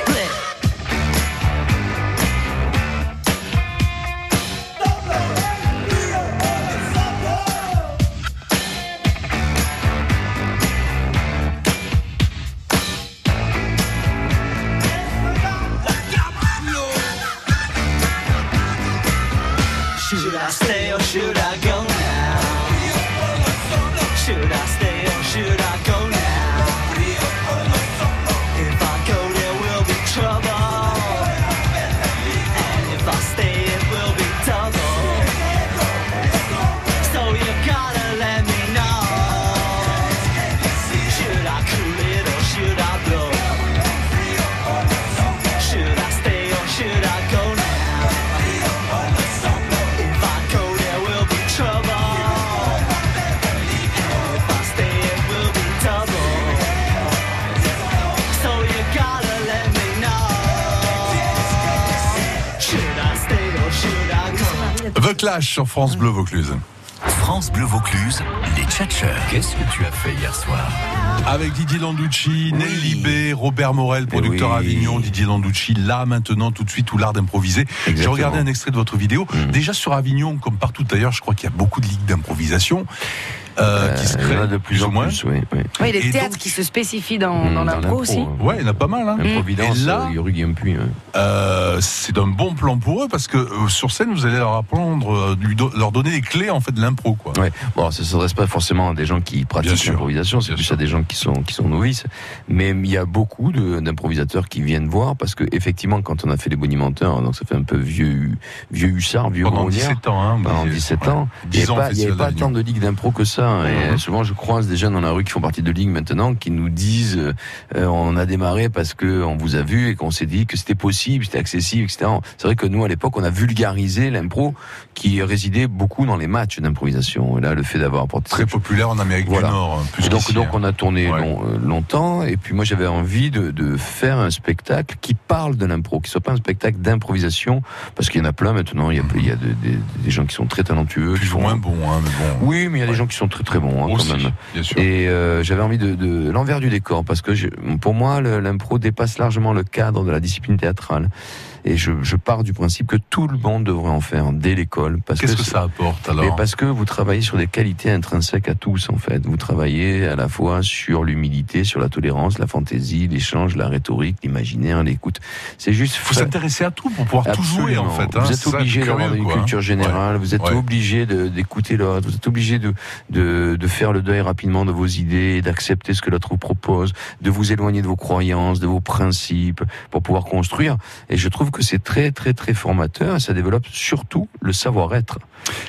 Speaker 6: Split. Should I stay or should I go now? Should I stay or should I go now? If I go, there will be trouble. And if I stay, it will be double. So you gotta let me know. Should I cool it or should I blow? Should I stay or should I go now? If I go, there will be trouble. And if I stay, it will be double. So you gotta let me know. Should I stay or should I go?
Speaker 2: The Clash sur France Bleu Vaucluse.
Speaker 1: France Bleu Vaucluse, les tchatcheurs. Qu'est-ce que tu as fait hier soir
Speaker 2: Avec Didier Landucci, Nelly B, Robert Morel,
Speaker 4: Eh
Speaker 2: producteur à Avignon, Didier Landucci, là maintenant tout de suite ou l'art d'improviser. J'ai
Speaker 4: Exactement. Mm.
Speaker 2: regardé un extrait de votre vidéo. Déjà sur Avignon, comme partout ailleurs, je crois qu'il y a beaucoup de ligues d'improvisation euh, qui se
Speaker 4: il y en a
Speaker 2: créent
Speaker 4: de plus en
Speaker 2: ou moins.
Speaker 4: plus, oui, oui.
Speaker 3: Oui, les
Speaker 2: Et Hmm,
Speaker 3: théâtres qui se spécifient dans, dans l'impro aussi.
Speaker 2: Ouais, il y en a pas mal. Hein.
Speaker 3: Mm.
Speaker 4: Providence,
Speaker 2: Et là,
Speaker 4: euh, Yuri Guillaume Puy, ouais.
Speaker 2: euh, c'est un bon plan pour eux parce que euh, sur scène, vous allez leur apprendre, euh, lui do- leur donner les clés en fait de l'impro. quoi.
Speaker 4: Ouais. Bon, alors, ça ne s'adresse pas forcément à des gens qui pratiquent l'improvisation, c'est plus à des gens qui sont, qui sont novices. Mais il y a beaucoup de- d'improvisateurs qui viennent voir parce que, effectivement, quand on a fait les bonimenteurs, donc ça fait un peu vieux, vieux hussard, vieux
Speaker 2: Pendant
Speaker 4: grognard.
Speaker 2: 17 ans, hein,
Speaker 4: pendant
Speaker 2: Olivier.
Speaker 4: 17 ans.
Speaker 2: Ouais.
Speaker 4: Il n'y
Speaker 2: 10 ans,
Speaker 4: avait pas, il y avait
Speaker 2: Festival
Speaker 4: pas
Speaker 2: d'Avignon.
Speaker 4: tant de ligues d'impro que ça. hein, Et euh,
Speaker 2: Mhm.
Speaker 4: souvent, je croise des jeunes dans la rue qui font partie de ligues maintenant qui nous disent euh, euh, on a démarré parce que on vous a vu et qu'on s'est dit que c'était possible, c'était accessible, etc. C'est vrai que nous, à l'époque, on a vulgarisé l'impro qui résidait beaucoup dans les matchs d'improvisation. Et là, le fait d'avoir apporté
Speaker 2: Très populaire en Amérique du Nord. hein, plus
Speaker 4: donc,
Speaker 2: qu'ici,
Speaker 4: donc
Speaker 2: hein.
Speaker 4: on a tourné
Speaker 2: Ouais.
Speaker 4: long- euh, longtemps et puis moi j'avais envie de, de faire un spectacle qui parle de l'impro, qui soit pas un spectacle d'improvisation parce qu'il y en a plein maintenant. Il y a, il y a de- de- des gens qui sont très talentueux, qui
Speaker 2: Plus ou
Speaker 4: sont
Speaker 2: moins bon, hein, mais bon.
Speaker 4: Oui, mais il y a des gens qui sont très très bons hein,
Speaker 2: Aussi,
Speaker 4: quand même.
Speaker 2: bien sûr.
Speaker 4: Et euh, j'avais envie de, de l'envers du décor parce que je- pour moi le- l'impro dépasse largement le cadre de la discipline théâtrale. Et je, je pars du principe que tout le monde devrait en faire dès l'école. parce
Speaker 2: Qu'est-ce que
Speaker 4: c'est-
Speaker 2: ça apporte alors
Speaker 4: mais parce que vous travaillez sur des qualités intrinsèques à tous, en fait. Vous travaillez à la fois sur l'humilité, sur la tolérance, la fantaisie, l'échange, la rhétorique, l'imaginaire, l'écoute. C'est juste.
Speaker 2: faut s'intéresser à tout pour pouvoir tout jouer en
Speaker 4: Absolument.
Speaker 2: fait. hein.
Speaker 4: Vous
Speaker 2: C'est
Speaker 4: êtes
Speaker 2: ça qui est
Speaker 4: obligé
Speaker 2: curieux,
Speaker 4: d'avoir une
Speaker 2: quoi, hein.
Speaker 4: culture générale,
Speaker 2: Ouais.
Speaker 4: vous êtes
Speaker 2: Ouais.
Speaker 4: obligé de- d'écouter l'autre, vous êtes obligé de, de, de faire le deuil rapidement de vos idées, d'accepter ce que l'autre vous propose, de vous éloigner de vos croyances, de vos principes, pour pouvoir construire. Et je trouve que c'est très, très, très formateur et ça développe surtout le savoir-être.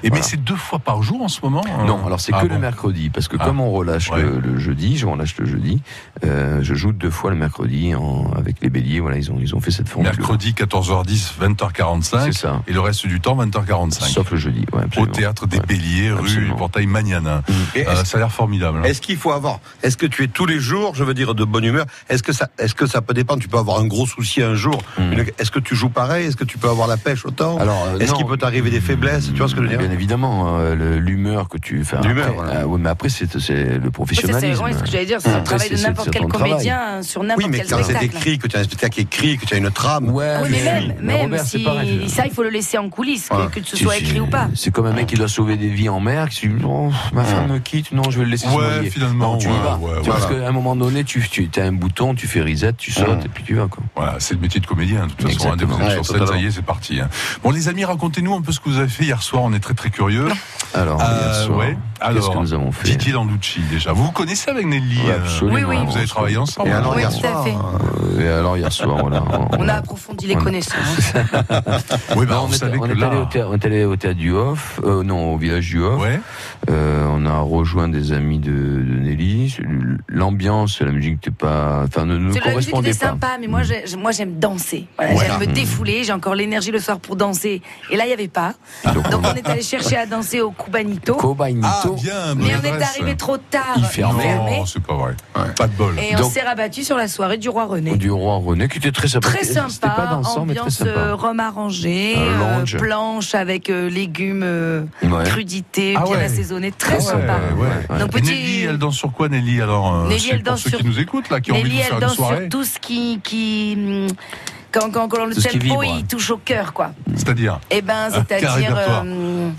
Speaker 2: Et mais
Speaker 4: Voilà.
Speaker 2: Eh c'est deux fois par jour en ce moment hein.
Speaker 4: Non, alors c'est
Speaker 2: Ah
Speaker 4: que
Speaker 2: bon.
Speaker 4: le mercredi, parce que
Speaker 2: Ah.
Speaker 4: comme on relâche le, le jeudi, je relâche le jeudi, euh, je joue deux fois le mercredi en- avec les béliers, voilà, ils ont, ils ont fait cette formule.
Speaker 2: Mercredi 14h10, 20h45.
Speaker 4: C'est ça.
Speaker 2: Et le reste du temps, 20h45.
Speaker 4: Sauf le jeudi, ouais, Mm.
Speaker 2: Au
Speaker 4: absolument.
Speaker 2: théâtre des Béliers, rue du Portail Magnana.
Speaker 5: Et
Speaker 2: Euh,
Speaker 5: est-ce-
Speaker 2: ça a l'air formidable. hein.
Speaker 5: Est-ce qu'il faut avoir Est-ce que tu es tous les jours, je veux dire, de bonne humeur Est-ce que ça Est-ce que ça peut dépendre Tu peux avoir un gros souci un jour. une- Est-ce que tu tu joues pareil Est-ce que tu peux avoir la pêche autant Est-ce qu'il peut t'arriver des faiblesses Tu vois ce que je veux dire
Speaker 4: Bien évidemment, euh, le- l'humeur que tu fais.
Speaker 5: L'humeur,
Speaker 4: après,
Speaker 5: voilà.
Speaker 4: euh, ouais, mais après, c'est c'est le
Speaker 3: Ça, c'est
Speaker 4: professionnalisme.
Speaker 3: vraiment ce que j'allais dire, c'est le
Speaker 4: Après,
Speaker 3: travail de
Speaker 4: c'est-
Speaker 3: n'importe
Speaker 4: c'est
Speaker 3: quel
Speaker 4: ton travail.
Speaker 3: comédien euh, sur n'importe
Speaker 4: Oui, mais
Speaker 3: quel
Speaker 4: quand c'est
Speaker 3: spectacle.
Speaker 5: écrit, que tu as un spectacle écrit, que tu as une trame. Ah,
Speaker 4: Ouais,
Speaker 3: Oui, mais même,
Speaker 4: Mais
Speaker 3: même
Speaker 4: Robert, c'est
Speaker 3: si
Speaker 4: pareil, je-
Speaker 3: ça, il faut le laisser en coulisses, que-
Speaker 4: Voilà.
Speaker 3: que, ce
Speaker 4: Si,
Speaker 3: soit
Speaker 4: si,
Speaker 3: écrit ou pas.
Speaker 4: C'est comme un mec qui doit sauver des vies en mer, qui se dit Oh, ma femme me quitte, non, je vais le laisser se
Speaker 2: Ouais,
Speaker 4: noyer.
Speaker 2: finalement,
Speaker 4: Non, tu y
Speaker 2: ouais,
Speaker 4: vas.
Speaker 2: ouais,
Speaker 4: Tu vois,
Speaker 2: voilà. Mmh.
Speaker 4: Parce qu'à un moment donné, tu, tu as un bouton, tu fais reset, tu sautes et puis tu vas. Quoi.
Speaker 2: Voilà, c'est le métier de comédien. De toute façon, hein, dès que vous
Speaker 4: Exactement.
Speaker 2: êtes
Speaker 4: Ouais,
Speaker 2: sur scène,
Speaker 4: totalement.
Speaker 2: ça y est, c'est parti. hein. Bon, les amis, racontez-nous un peu ce que vous avez fait hier soir. On est très très curieux.
Speaker 4: [laughs]
Speaker 2: Euh,
Speaker 4: Alors, hier soir,
Speaker 2: ouais.
Speaker 4: qu'est-ce
Speaker 2: Alors,
Speaker 4: que nous avons fait
Speaker 2: Didier Danducci, déjà. Vous vous connaissez avec Nelly
Speaker 4: Ouais,
Speaker 2: euh,
Speaker 4: absolument. Oui, oui.
Speaker 2: Vous avez travaillé ensemble. hein,
Speaker 4: Et alors, Oui, hier tout à soir, fait. Euh, Et alors hier soir, voilà.
Speaker 3: On a approfondi les connaissances.
Speaker 4: [laughs]
Speaker 2: Oui,
Speaker 4: bah, on, est, on est allé au théâtre, on est allé au théâtre du Hof, euh, non, au village du Hof. Euh, on a rejoint des amis de, de Nelly. L'ambiance, la musique n'était pas, enfin, ne nous
Speaker 3: C'est la musique
Speaker 4: correspondait
Speaker 3: était
Speaker 4: pas.
Speaker 3: sympa, mais moi, j'ai- j'ai- moi j'aime danser. Voilà,
Speaker 4: Voilà.
Speaker 3: J'aime me
Speaker 4: Mm.
Speaker 3: défouler, j'ai encore l'énergie le soir pour danser. Et là, il n'y avait pas.
Speaker 4: Donc,
Speaker 3: Donc on est allé chercher à danser au Cubanito.
Speaker 4: Cubanito.
Speaker 2: Ah, bien, bonne
Speaker 3: mais on est
Speaker 2: adresse.
Speaker 3: arrivé trop tard.
Speaker 4: Il fermait. Oh,
Speaker 2: Non, c'est pas vrai. Pas de bol.
Speaker 3: Et on s'est rabattu sur la soirée du roi René.
Speaker 4: du roi René, qui était très sympa.
Speaker 3: Très
Speaker 4: C'était- c'était
Speaker 3: sympa,
Speaker 4: pas dansant, mais très
Speaker 3: ambiance
Speaker 4: sympa.
Speaker 3: euh, rhum arrangé,
Speaker 4: Un
Speaker 3: euh,
Speaker 4: lounge.
Speaker 3: planche avec euh, légumes, euh,
Speaker 4: Ouais.
Speaker 3: crudités,
Speaker 2: Ah
Speaker 3: bien
Speaker 2: ouais.
Speaker 3: assaisonnés, très sympa. Donc,
Speaker 2: Et
Speaker 3: petit-
Speaker 2: Nelly, elle danse sur quoi, Nelly Alors, euh,
Speaker 3: Nelly,
Speaker 2: c'est
Speaker 3: elle
Speaker 2: pour
Speaker 3: danse
Speaker 2: ceux qui
Speaker 3: sur-
Speaker 2: nous écoutent là, qui ont envie
Speaker 3: Nelly,
Speaker 2: de
Speaker 3: elle
Speaker 2: faire une
Speaker 3: danse
Speaker 2: soirée.
Speaker 3: sur tout ce qui, qui hum, quand, quand, quand le
Speaker 2: Tout ce qui
Speaker 3: tempo
Speaker 2: vibre.
Speaker 3: il touche au cœur, quoi.
Speaker 2: C'est-à-dire Ah,
Speaker 3: Eh ben, c'est-à-dire.
Speaker 2: répertoire.
Speaker 3: euh,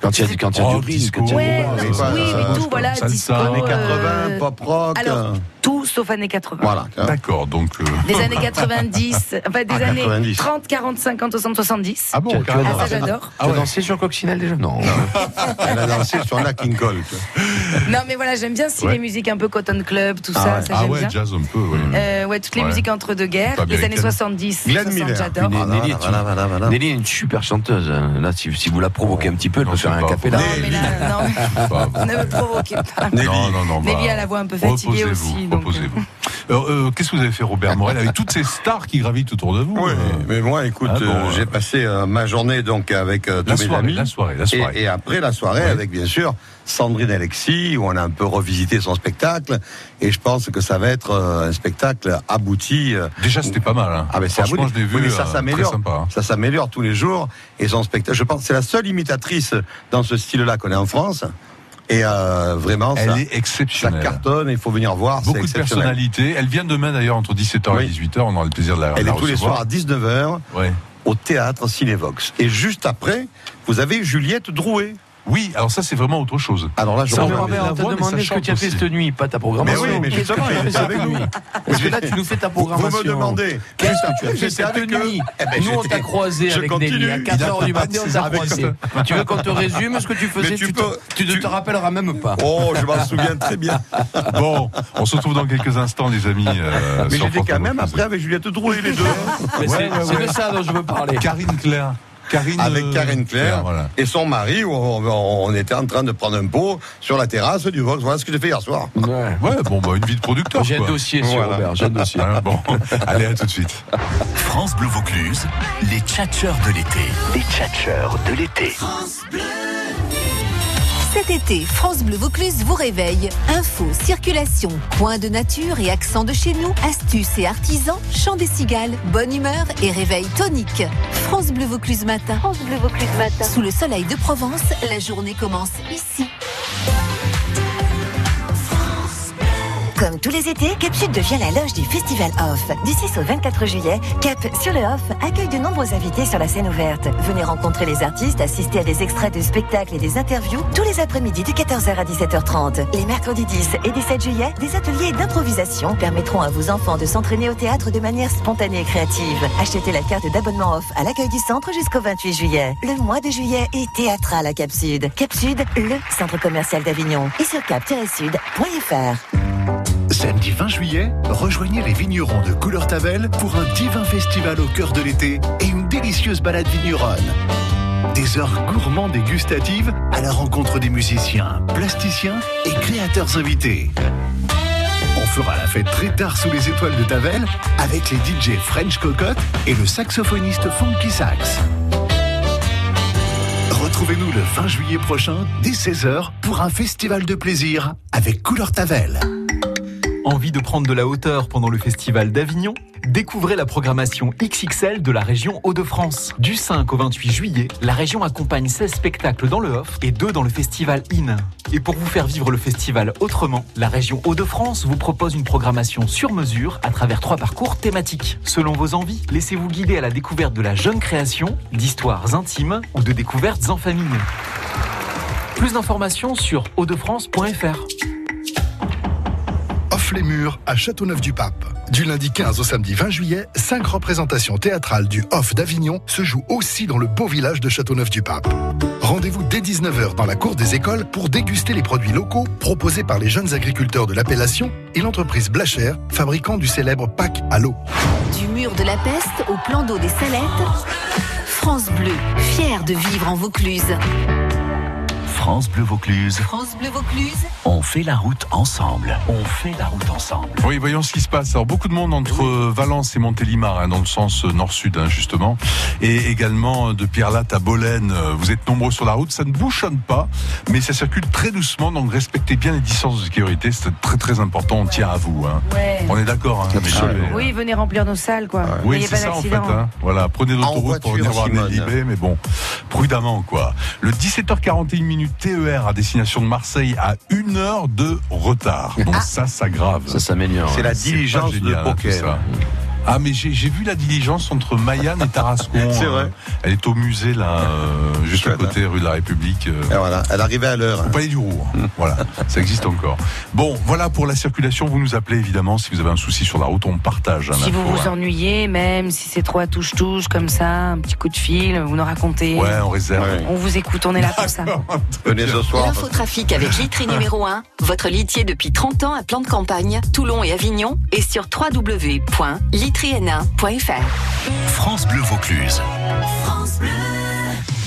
Speaker 4: Quand il y a du, quand il y a du
Speaker 2: Rock,
Speaker 4: risque,
Speaker 2: Oh, disco,
Speaker 3: Ouais, non,
Speaker 2: ça,
Speaker 3: oui,
Speaker 2: ça,
Speaker 3: oui,
Speaker 2: ça,
Speaker 3: tout,
Speaker 2: ça,
Speaker 3: voilà,
Speaker 2: ça, ça,
Speaker 3: disco,
Speaker 2: années
Speaker 3: euh,
Speaker 2: 80,
Speaker 5: pop rock.
Speaker 4: euh,
Speaker 3: alors, tout sauf années 80.
Speaker 5: Voilà.
Speaker 2: D'accord, donc. euh,
Speaker 3: Des années
Speaker 2: [laughs]
Speaker 3: 90, enfin des
Speaker 2: Ah,
Speaker 3: années
Speaker 2: 90.
Speaker 3: 30, 40, 50, 60, 70.
Speaker 2: Ah bon,
Speaker 3: Ah,
Speaker 2: carrément.
Speaker 3: ça j'adore.
Speaker 4: Ah ouais. dansé sur Coccinelle déjà Non.
Speaker 5: [laughs] Elle a dansé sur la King Cole. tu vois.
Speaker 3: Non, mais voilà, j'aime bien si
Speaker 5: Ouais.
Speaker 3: les musiques un peu Cotton Club, tout ça,
Speaker 5: Ah ouais.
Speaker 3: ça
Speaker 5: Ah
Speaker 3: j'aime
Speaker 5: ouais,
Speaker 3: bien.
Speaker 2: jazz un peu, oui.
Speaker 3: Euh, ouais, toutes les
Speaker 4: Ouais.
Speaker 3: musiques entre deux guerres, les années 70, 60, j'adore.
Speaker 4: Nelly,
Speaker 5: Voilà,
Speaker 4: Nelly est
Speaker 5: voilà,
Speaker 4: une-
Speaker 5: voilà, voilà.
Speaker 4: Nelly est une super chanteuse. hein. Là, si, si vous la provoquez un petit peu, elle peut faire un capella.
Speaker 3: Ne me provoquez pas.
Speaker 2: Non, non, non.
Speaker 3: Nelly
Speaker 2: bah,
Speaker 3: a la voix un peu fatiguée
Speaker 2: reposez-vous,
Speaker 3: aussi. donc, euh.
Speaker 2: Reposez-vous. Alors, euh, Qu'est-ce que vous avez fait, Robert Morel, avec toutes ces stars qui gravitent autour de vous euh
Speaker 5: Oui, mais moi, écoute,
Speaker 2: Ah bon,
Speaker 5: euh,
Speaker 2: euh,
Speaker 5: j'ai passé euh, ma journée donc avec euh, tous
Speaker 2: La
Speaker 5: mes
Speaker 2: soirée,
Speaker 5: amis.
Speaker 2: la soirée, la soirée.
Speaker 5: Et, et après la soirée, avec bien sûr Sandrine Alexis, où on a un peu revisité son spectacle. Et je pense que ça va être euh, un spectacle abouti. euh,
Speaker 2: Déjà, c'était pas mal. hein.
Speaker 5: Ah, mais c'est
Speaker 2: Franchement,
Speaker 5: abouti.
Speaker 2: je l'ai vu,
Speaker 5: Oui, mais ça
Speaker 2: euh,
Speaker 5: s'améliore.
Speaker 2: très sympa, hein.
Speaker 5: Ça s'améliore tous les jours. Et son spectacle, je pense, que c'est la seule imitatrice dans ce style-là qu'on est en France. Et euh, vraiment,
Speaker 2: Elle
Speaker 5: ça,
Speaker 2: est exceptionnelle.
Speaker 5: Ça cartonne. Il faut venir voir. c'est
Speaker 2: Beaucoup de
Speaker 5: exceptionnel.
Speaker 2: personnalités. Elle vient demain d'ailleurs entre 17h et 18h. On aura le plaisir de la,
Speaker 5: Elle
Speaker 2: la
Speaker 5: est tous les
Speaker 2: recevoir.
Speaker 5: soirs à 19h au théâtre Cinévox. Et juste après, vous avez Juliette Drouet.
Speaker 2: Oui, alors ça c'est vraiment autre chose.
Speaker 5: Alors là, je
Speaker 4: Ça,
Speaker 5: remets
Speaker 4: Robert,
Speaker 5: la
Speaker 4: on t'a
Speaker 5: voix, mais
Speaker 4: demandé
Speaker 5: ça
Speaker 4: ce que
Speaker 5: chante
Speaker 4: tu as fait
Speaker 5: aussi.
Speaker 4: cette nuit, pas ta programmation.
Speaker 5: Mais oui, mais
Speaker 4: Qu'est-ce
Speaker 5: justement,
Speaker 4: que tu as
Speaker 5: il
Speaker 4: fait
Speaker 5: est avec
Speaker 4: cette
Speaker 5: nous.
Speaker 4: nuit Parce que là, tu nous fais ta
Speaker 5: Vous- vous me
Speaker 4: programmation.
Speaker 5: demandez.
Speaker 4: Qu'est-ce
Speaker 5: Juste
Speaker 4: que tu as
Speaker 5: après,
Speaker 4: fait
Speaker 5: j'étais
Speaker 4: cette
Speaker 5: avec eux.
Speaker 4: nuit
Speaker 5: Eh ben,
Speaker 4: Nous, on
Speaker 5: j'étais-
Speaker 4: t'a croisé
Speaker 5: je
Speaker 4: avec
Speaker 5: continue.
Speaker 4: Nelly. À 4h du
Speaker 5: Il a pas
Speaker 4: matin, on t'a
Speaker 5: avec
Speaker 4: croisé.
Speaker 5: ça.
Speaker 4: Tu veux qu'on te résume ce que tu faisais
Speaker 5: Mais tu
Speaker 4: Tu te-
Speaker 5: peux-
Speaker 4: tu ne te rappelleras même pas.
Speaker 5: Oh, je m'en souviens très bien.
Speaker 2: [laughs] Bon, on se retrouve dans quelques instants, les amis. euh,
Speaker 5: Mais
Speaker 2: sur
Speaker 5: j'étais
Speaker 2: France
Speaker 5: quand
Speaker 2: Bleu
Speaker 5: même
Speaker 2: Vaucluse.
Speaker 5: après avec Juliette Drouet, les deux.
Speaker 4: Mais c'est- c'est de ça dont je veux parler.
Speaker 2: Karine Claire. Karine,
Speaker 5: avec
Speaker 2: euh,
Speaker 5: Karine Claire
Speaker 2: Claire, voilà.
Speaker 5: et son mari, où on, on- on était en train de prendre un pot sur la terrasse du Vox. Voilà ce que j'ai fait hier soir.
Speaker 2: Ouais, bon, bah, une vie de producteur.
Speaker 5: J'ai un
Speaker 2: quoi.
Speaker 5: dossier sur Robert, j'ai un dossier.
Speaker 2: Hein, bon, allez, à tout de suite.
Speaker 1: France Bleu Vaucluse, les tchatcheurs de l'été. Les tchatcheurs de l'été.
Speaker 19: Cet été, France Bleu Vaucluse vous réveille. Infos, circulation, coins de nature et accents de chez nous, astuces et artisans, chant des cigales, bonne humeur et réveil tonique. France Bleu Vaucluse matin. France Bleu Vaucluse matin. Sous le soleil de Provence, la journée commence ici.
Speaker 7: Comme tous les étés, Cap Sud devient la loge du Festival Off. Du 6 au 24 juillet, Cap sur le Off accueille de nombreux invités sur la scène ouverte. Venez rencontrer les artistes, assister à des extraits de spectacles et des interviews tous les après-midi de 14h à 17h30. Les mercredis 10 et 17 juillet, des ateliers d'improvisation permettront à vos enfants de s'entraîner au théâtre de manière spontanée et créative. Achetez la carte d'abonnement Off à l'accueil du centre jusqu'au 28 juillet. Le mois de juillet est théâtral à Cap Sud. Cap Sud, le centre commercial d'Avignon et sur cap-sud.fr.
Speaker 22: Samedi 20 juillet, rejoignez les vignerons de Couleur Tavel pour un divin festival au cœur de l'été et une délicieuse balade vigneronne. Des heures gourmandes et gustatives à la rencontre des musiciens, plasticiens et créateurs invités. On fera la fête très tard sous les étoiles de Tavel avec les DJ French Cocotte et le saxophoniste Funky Sax. Retrouvez-nous le 20 juillet prochain, dès 16h, pour un festival de plaisir avec Couleur Tavel.
Speaker 10: Envie de prendre de la hauteur pendant le festival d'Avignon Découvrez la programmation XXL de la région Hauts-de-France. Du 5 au 28 juillet, la région accompagne 16 spectacles dans le off et 2 dans le festival IN. Et pour vous faire vivre le festival autrement, la région Hauts-de-France vous propose une programmation sur mesure à travers trois parcours thématiques. Selon vos envies, laissez-vous guider à la découverte de la jeune création, d'histoires intimes ou de découvertes en famille. Plus d'informations sur hautdefrance.fr.
Speaker 22: Off les murs à Châteauneuf-du-Pape. Du lundi 15 au samedi 20 juillet, cinq représentations théâtrales du Off d'Avignon se jouent aussi dans le beau village de Châteauneuf-du-Pape. Rendez-vous dès 19h dans la cour des écoles pour déguster les produits locaux proposés par les jeunes agriculteurs de l'appellation et l'entreprise Blacher, fabricant du célèbre pack à l'eau.
Speaker 19: Du mur de la peste au plan d'eau des Salettes, France Bleu, fière de vivre en Vaucluse.
Speaker 1: France Bleu Vaucluse.
Speaker 19: France Bleu Vaucluse.
Speaker 1: On fait la route ensemble. On fait la route ensemble.
Speaker 2: Oui, voyons ce qui se passe. Alors, beaucoup de monde entre euh, Valence et Montélimar, hein, dans le sens euh, nord-sud, hein, justement. Et également euh, de Pierlatte à Bolène. Euh, Vous êtes nombreux sur la route. Ça ne bouchonne pas, mais ça circule très doucement. Donc, respectez bien les distances de sécurité. C'est très, très important. On tient à vous. hein.
Speaker 3: Ouais.
Speaker 2: On est d'accord. hein, messieurs.
Speaker 3: Oui, venez remplir nos salles, quoi.
Speaker 2: Oui,
Speaker 3: N'ayez pas
Speaker 2: c'est ça en fait.
Speaker 3: d'accident.
Speaker 2: hein. Voilà, prenez l'autoroute pour venir
Speaker 5: voiture,
Speaker 2: voir
Speaker 5: Simone.
Speaker 2: Nélibé, mais bon, prudemment quoi. Le 17h41 minutes TER à destination de Marseille à une heure de retard.
Speaker 3: Ah.
Speaker 2: Donc ça, ça grave. Ça
Speaker 4: s'améliore.
Speaker 5: C'est la diligence de Poker.
Speaker 2: Ah mais j'ai j'ai vu la diligence entre Mayanne et Tarascon.
Speaker 5: [laughs] C'est vrai.
Speaker 2: Euh, Elle est au musée là, euh, juste à côté rue de la République. euh.
Speaker 5: voilà, elle
Speaker 2: [laughs]
Speaker 5: arrivait à l'heure.
Speaker 2: Au Palais du Rour. voilà, ça existe encore. Bon, voilà pour la circulation. Vous nous appelez évidemment si vous avez un souci sur la route, on partage. hein,
Speaker 3: Si vous
Speaker 2: l'info,
Speaker 3: vous
Speaker 2: hein.
Speaker 3: ennuyez, même si c'est trois touches-touches comme ça, un petit coup de fil, vous nous racontez.
Speaker 2: Ouais, on réserve.
Speaker 3: On vous écoute, on est là pour ça.
Speaker 5: Venez ce soir.
Speaker 21: L'infotrafic avec Litry numéro 1, votre litier depuis 30 ans à plan de campagne, Toulon et Avignon et sur www.litryn1.fr.
Speaker 1: France Bleu Vaucluse. France Bleu.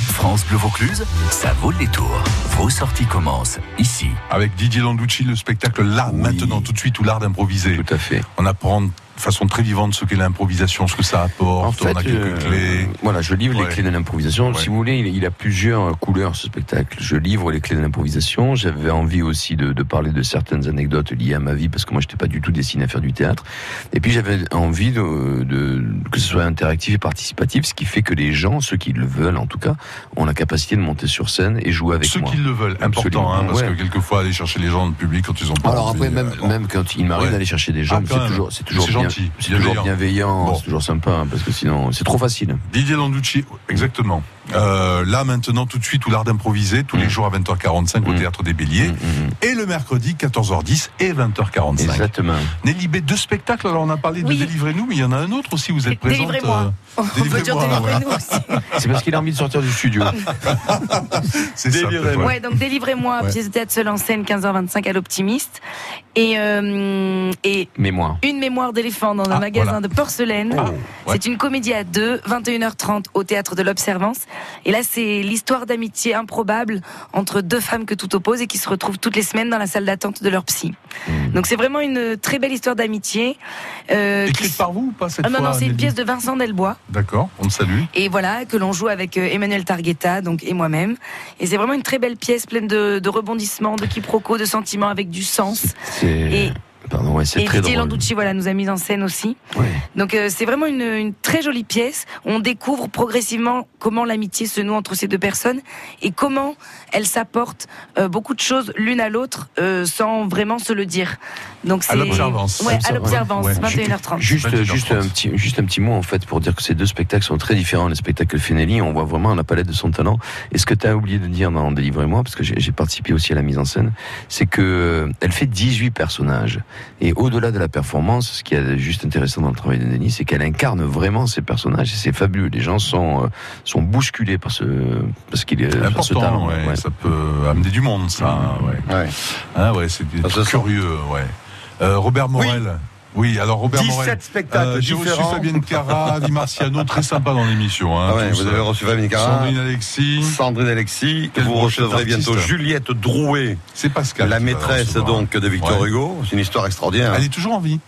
Speaker 1: France Bleu Vaucluse, ça vaut le détour. Vos sorties commencent ici.
Speaker 2: Avec Didier Landucci, le spectacle là, maintenant, tout de suite, ou l'art d'improviser.
Speaker 4: Tout à fait.
Speaker 2: On apprend de façon très vivante ce qu'est l'improvisation, ce que ça apporte. on a quelques
Speaker 4: euh,
Speaker 2: clés.
Speaker 4: Voilà, je livre les clés de l'improvisation. Si vous voulez, il, il a plusieurs couleurs ce spectacle. Je livre les clés de l'improvisation. J'avais envie aussi de, de parler de certaines anecdotes liées à ma vie parce que moi, j'étais pas du tout destiné à faire du théâtre. Et puis, j'avais envie de, de- que ce soit interactif et participatif, ce qui fait que les gens, ceux qui le veulent en tout cas, ont la capacité de monter sur scène et jouer avec
Speaker 2: Ceux
Speaker 4: moi.
Speaker 2: qui le veulent, important,
Speaker 4: Absolument.
Speaker 2: hein, parce
Speaker 4: Ouais.
Speaker 2: que quelquefois, aller chercher les gens dans le public quand ils ont pas
Speaker 4: Alors
Speaker 2: envie,
Speaker 4: après, même,
Speaker 2: euh, bon.
Speaker 4: même quand il m'arrive
Speaker 2: Ouais.
Speaker 4: d'aller chercher des gens,
Speaker 2: Ah,
Speaker 4: mais
Speaker 2: quand
Speaker 4: c'est
Speaker 2: même.
Speaker 4: toujours, c'est toujours,
Speaker 2: C'est
Speaker 4: bien-
Speaker 2: gentil,
Speaker 4: c'est toujours
Speaker 2: bienveillant.
Speaker 4: bienveillant,
Speaker 2: Bon.
Speaker 4: c'est toujours sympa, hein, parce que sinon, c'est trop facile.
Speaker 2: Didier Landucci, exactement. Euh, là, maintenant, tout de suite, ou l'art d'improviser, tous
Speaker 4: Mm.
Speaker 2: les jours à 20h45 au Théâtre des Béliers. Et le mercredi, 14h10 et 20h45.
Speaker 4: Exactement.
Speaker 2: Nelly B, deux spectacles. Alors, on a parlé de Délivrez-nous, mais il y en a un autre aussi. Vous êtes présente.
Speaker 3: Délivrez-moi.
Speaker 2: euh,
Speaker 3: On peut dire
Speaker 2: Délivrez-moi, voilà.
Speaker 3: délivrez-nous aussi.
Speaker 4: C'est parce qu'il a envie de sortir du studio.
Speaker 2: [laughs] c'est ça. peut-être.
Speaker 3: Ouais, donc délivrez-moi,
Speaker 4: Ouais.
Speaker 3: pièce de théâtre seule en scène, 15h25 à l'optimiste. Et, euh, et
Speaker 2: Hein.
Speaker 4: Mémoire.
Speaker 3: une mémoire d'éléphant dans
Speaker 2: Ah,
Speaker 3: un magasin
Speaker 4: voilà.
Speaker 3: de porcelaine.
Speaker 4: Oh, ouais.
Speaker 3: C'est une comédie à deux, 21h30 au théâtre de l'Observance. Et là, c'est l'histoire d'amitié improbable entre deux femmes que tout oppose et qui se retrouvent toutes les semaines dans la salle d'attente de leur psy.
Speaker 2: Hmm.
Speaker 3: Donc c'est vraiment une très belle histoire d'amitié. euh,
Speaker 2: Écrite par vous ou pas cette
Speaker 3: Ah non,
Speaker 2: fois,
Speaker 3: non, c'est une
Speaker 2: Nelly
Speaker 3: pièce de Vincent Delbois.
Speaker 2: D'accord, on le salue.
Speaker 3: Et voilà, que l'on joue avec euh, Emmanuel Targuetta donc, et moi-même. Et c'est vraiment une très belle pièce pleine de, de rebondissements, de quiproquos, de sentiments avec du sens.
Speaker 4: C'est.
Speaker 3: Et-
Speaker 4: Pardon, ouais, c'est
Speaker 3: Et
Speaker 4: très
Speaker 3: Didier
Speaker 4: drôle.
Speaker 3: Landucci voilà, nous a mis en scène aussi.
Speaker 4: Ouais.
Speaker 3: Donc euh, c'est vraiment une, une très jolie pièce. On découvre progressivement comment l'amitié se noue entre ces deux personnes et comment elles s'apportent euh, beaucoup de choses l'une à l'autre euh, sans vraiment se le dire. Donc
Speaker 4: À
Speaker 3: c'est
Speaker 4: l'Observance.
Speaker 3: Ouais, à l'observance,
Speaker 4: Ouais.
Speaker 3: 21h30.
Speaker 4: Juste, juste, un petit, juste un petit mot en fait pour dire que ces deux spectacles sont très différents. Les spectacles de Fenelli, on voit vraiment la palette de son talent. Et ce que tu as oublié de dire dans Délivrez-moi, parce que j'ai j'ai participé aussi à la mise en scène, c'est que euh, elle fait 18 personnages. Et au-delà de la performance, ce qui est juste intéressant dans le travail de Denis, c'est qu'elle incarne vraiment ces personnages. Et c'est fabuleux. Les gens sont, euh, sont bousculés par ce, parce qu'il est euh, par ce
Speaker 2: Important,
Speaker 4: talent.
Speaker 2: ouais,
Speaker 4: Ouais.
Speaker 2: ça peut amener du monde, ça. hein, Ouais. Ah ouais, c'est des trucs curieux, ouais. Euh, Robert Morel. Oui. alors Robert
Speaker 5: 17
Speaker 2: Morel. Euh,
Speaker 5: spectacles
Speaker 2: J'ai reçu
Speaker 5: différents.
Speaker 2: Fabienne Cara, Di Marciano, très sympa dans l'émission. hein,
Speaker 5: Ah ouais,
Speaker 2: tous,
Speaker 5: vous
Speaker 2: euh,
Speaker 5: avez reçu Fabienne Cara.
Speaker 2: Sandrine Alexis.
Speaker 5: Sandrine Alexis,
Speaker 2: Quelle
Speaker 5: vous
Speaker 2: brochette
Speaker 5: recevrez
Speaker 2: d'artistes.
Speaker 5: bientôt Juliette Drouet.
Speaker 2: C'est Pascal.
Speaker 5: La
Speaker 2: qui va la
Speaker 5: maîtresse
Speaker 2: recevoir.
Speaker 5: donc de Victor
Speaker 2: Ouais.
Speaker 5: Hugo. C'est une histoire extraordinaire.
Speaker 2: Elle est toujours en vie.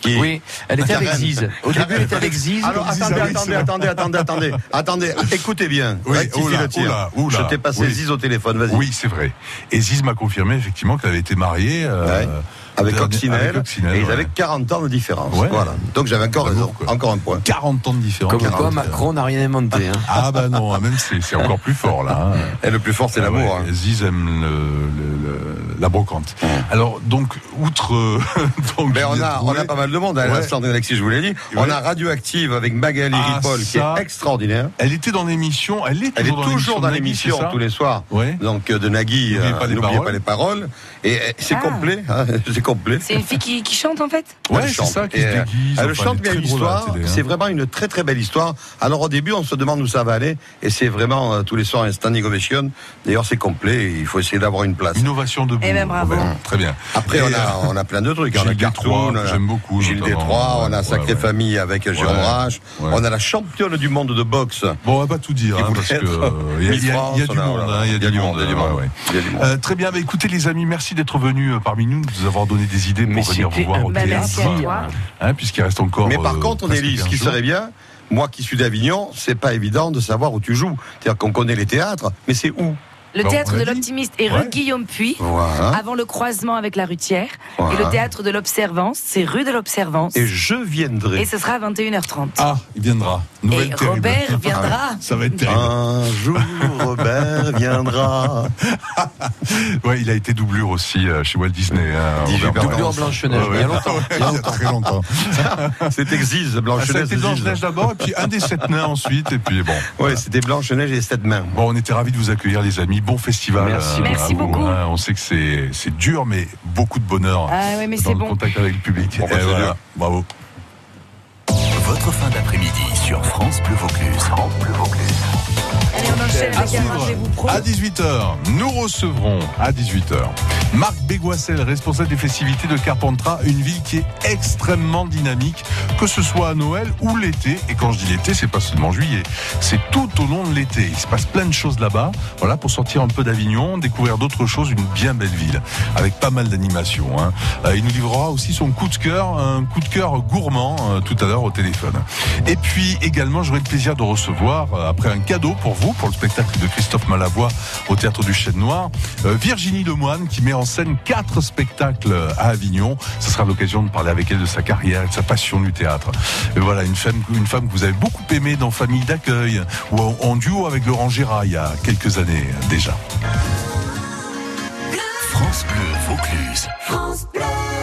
Speaker 5: Qui
Speaker 4: Oui, elle était avec
Speaker 5: Karen.
Speaker 4: Ziz. Au début, elle était avec Ziz.
Speaker 5: Alors
Speaker 4: Ziz,
Speaker 5: attendez,
Speaker 4: ah oui,
Speaker 5: attendez,
Speaker 4: c'est
Speaker 5: attendez, attendez, attendez, attendez. Écoutez bien.
Speaker 2: Oui,
Speaker 5: Rectifiez
Speaker 2: oula,
Speaker 5: le tir.
Speaker 2: oula, oula.
Speaker 5: Je t'ai passé
Speaker 2: oh Oui.
Speaker 5: Ziz au téléphone, vas-y.
Speaker 2: Oui, c'est vrai. Et Ziz m'a confirmé effectivement qu'elle avait été mariée euh,
Speaker 5: avec
Speaker 2: Dernier- avec
Speaker 5: Coccinelle,
Speaker 2: Coccinelle,
Speaker 5: et ils
Speaker 2: ouais.
Speaker 5: avaient 40 ans de différence.
Speaker 2: Ouais.
Speaker 5: Voilà. Donc j'avais encore raison. Encore un point.
Speaker 2: 40 ans de différence.
Speaker 5: Comme quoi,
Speaker 2: Macron
Speaker 4: n'a rien inventé.
Speaker 2: Ah bah non, hein, même c'est c'est encore plus fort là. hein.
Speaker 5: Et le plus fort, c'est
Speaker 2: Ah
Speaker 5: l'amour, hein.
Speaker 2: ouais, Ziz aime le- le- le- la brocante.
Speaker 5: Ah.
Speaker 2: Alors donc outre. euh, [laughs] donc,
Speaker 5: Mais on
Speaker 2: Juliette
Speaker 5: a, on
Speaker 2: Drouet-
Speaker 5: a pas mal de monde. hein,
Speaker 2: Ouais.
Speaker 5: Alexandre Alexis, je vous l'ai dit. On
Speaker 2: Ouais.
Speaker 5: a Radioactive avec Magali
Speaker 2: Ah,
Speaker 5: Ripoll, qui
Speaker 2: ça.
Speaker 5: est extraordinaire.
Speaker 2: Elle était dans l'émission. Elle est
Speaker 5: Elle est
Speaker 2: toujours dans
Speaker 5: toujours dans l'émission
Speaker 2: c'est ça
Speaker 5: tous les soirs. Donc euh, de Nagui,
Speaker 2: N'oubliez
Speaker 5: euh,
Speaker 2: pas les
Speaker 5: n'oubliez
Speaker 2: paroles.
Speaker 5: pas les paroles. Et euh, c'est
Speaker 3: Ah.
Speaker 5: complet, hein, [laughs] c'est complet.
Speaker 3: C'est une fille qui, qui chante en fait
Speaker 5: Elle chante. Et, euh, Elle chante bien l'histoire.
Speaker 2: hein.
Speaker 5: C'est vraiment une très très belle histoire. Alors au début, on se demande où ça va aller, et c'est vraiment euh, tous les soirs un standing ovation. D'ailleurs, c'est complet. Il faut essayer d'avoir une place.
Speaker 2: Innovation de
Speaker 3: Eh ben, bravo.
Speaker 2: Très bien.
Speaker 5: Après,
Speaker 2: Et,
Speaker 5: on
Speaker 2: euh,
Speaker 5: a, on a plein de trucs. on a
Speaker 2: Gilles Détroit,
Speaker 5: Cartoon, on a
Speaker 2: que j'aime beaucoup,
Speaker 5: Gilles
Speaker 2: notamment.
Speaker 5: Détroit, on a
Speaker 2: Ouais,
Speaker 5: Sacrée
Speaker 2: ouais.
Speaker 5: Famille avec Jérôme
Speaker 2: Ouais,
Speaker 5: Rache.
Speaker 2: ouais.
Speaker 5: On a la championne du monde de boxe.
Speaker 2: Bon, on va pas tout dire,
Speaker 5: Qui
Speaker 2: hein,
Speaker 5: voulait
Speaker 2: parce que
Speaker 5: être
Speaker 2: euh, il y a-
Speaker 5: Miss
Speaker 2: il y a- il y a
Speaker 5: France,
Speaker 2: du
Speaker 5: on
Speaker 2: monde, hein, il y a du monde,
Speaker 5: il y a du
Speaker 2: ouais,
Speaker 5: monde.
Speaker 2: ouais.
Speaker 5: Il y a du monde.
Speaker 2: Euh, très bien, bah, écoutez les amis, merci d'être venus euh, parmi nous, de nous avoir donné des idées pour venir vous
Speaker 5: c'était
Speaker 2: voir
Speaker 5: un
Speaker 2: au
Speaker 5: plaisir.
Speaker 2: théâtre,
Speaker 5: Merci à toi.
Speaker 2: hein, puisqu'il reste encore.
Speaker 5: Mais par
Speaker 2: euh,
Speaker 5: contre,
Speaker 2: presque
Speaker 5: Nelly, ce
Speaker 2: 15
Speaker 5: qui
Speaker 2: jours.
Speaker 5: serait bien, moi qui suis d'Avignon, c'est pas évident de savoir où tu joues. C'est-à-dire qu'on connaît les théâtres, mais c'est où
Speaker 3: Le
Speaker 2: Bah,
Speaker 5: Bon,
Speaker 3: théâtre
Speaker 5: on
Speaker 3: de
Speaker 5: l'a dit.
Speaker 3: l'optimiste est
Speaker 5: Ouais.
Speaker 3: rue Guillaume Puy,
Speaker 5: Voilà.
Speaker 3: avant le croisement avec la Rutière. Et
Speaker 5: Voilà.
Speaker 3: le théâtre de l'Observance, c'est rue de l'Observance.
Speaker 5: Et je viendrai.
Speaker 3: Et ce sera à 21h30.
Speaker 2: Ah, il viendra. Nouvelle
Speaker 3: Et
Speaker 2: terrible. Ah,
Speaker 3: Robert viendra.
Speaker 2: Ça va être terrible.
Speaker 5: Un jour, Robert viendra.
Speaker 2: [laughs] ouais, il a été doublure aussi euh, chez Walt Disney. hein,
Speaker 5: Doublure
Speaker 2: Robert Pattinson.
Speaker 5: Blanche-Neige,
Speaker 2: Ouais,
Speaker 5: il y a
Speaker 2: ouais.
Speaker 5: longtemps,
Speaker 2: [laughs]
Speaker 5: il y a
Speaker 2: Ouais,
Speaker 5: longtemps.
Speaker 2: très longtemps.
Speaker 5: C'était exige,
Speaker 2: Ah, ça a
Speaker 5: Blanche-Neige.
Speaker 2: été Blanche-Neige d'abord, et puis un des sept nains ensuite, et puis bon.
Speaker 5: Ouais, c'était Blanche-Neige et sept nains.
Speaker 2: Bon, on était ravis de vous accueillir, les amis. Bon festival.
Speaker 5: Merci.
Speaker 2: euh,
Speaker 5: Merci
Speaker 2: à vous,
Speaker 5: beaucoup.
Speaker 2: hein. On sait que c'est c'est dur, mais beaucoup de bonheur
Speaker 3: Ah ouais, mais
Speaker 2: dans
Speaker 3: c'est
Speaker 2: le
Speaker 3: bon.
Speaker 2: contact avec le public.
Speaker 5: Bon, bah,
Speaker 2: Et
Speaker 5: c'est
Speaker 2: voilà.
Speaker 5: dur.
Speaker 2: Bravo.
Speaker 17: Votre fin d'après-midi sur France Bleu Vaucluse. France Bleu Vaucluse.
Speaker 3: Allez, on enchaîne avec
Speaker 2: À
Speaker 3: un
Speaker 2: suivre,
Speaker 3: rendez-vous pro.
Speaker 2: à 18h, nous recevrons à 18h Marc Bégoissel, responsable des festivités de Carpentras, une ville qui est extrêmement dynamique, que ce soit à Noël ou l'été. Et quand je dis l'été, c'est pas seulement juillet, c'est tout au long de l'été. Il se passe plein de choses là-bas. Voilà, pour sortir un peu d'Avignon, découvrir d'autres choses, une bien belle ville, avec pas mal d'animations. hein. Euh, Il nous livrera aussi son coup de cœur, un coup de cœur gourmand euh, tout à l'heure au téléphone. Et puis également, j'aurai le plaisir de recevoir, euh, après un cadeau pour vous, pour le spectacle de Christophe Malavoie au Théâtre du Chêne Noir, euh, Virginie Lemoine qui met en scène quatre spectacles à Avignon. Ce sera l'occasion de parler avec elle de sa carrière, de sa passion du théâtre. Et voilà, une femme, une femme que vous avez beaucoup aimée dans Famille d'accueil ou en, en duo avec Laurent Gérard il y a quelques années euh, déjà.
Speaker 17: France Bleu Vaucluse.
Speaker 6: France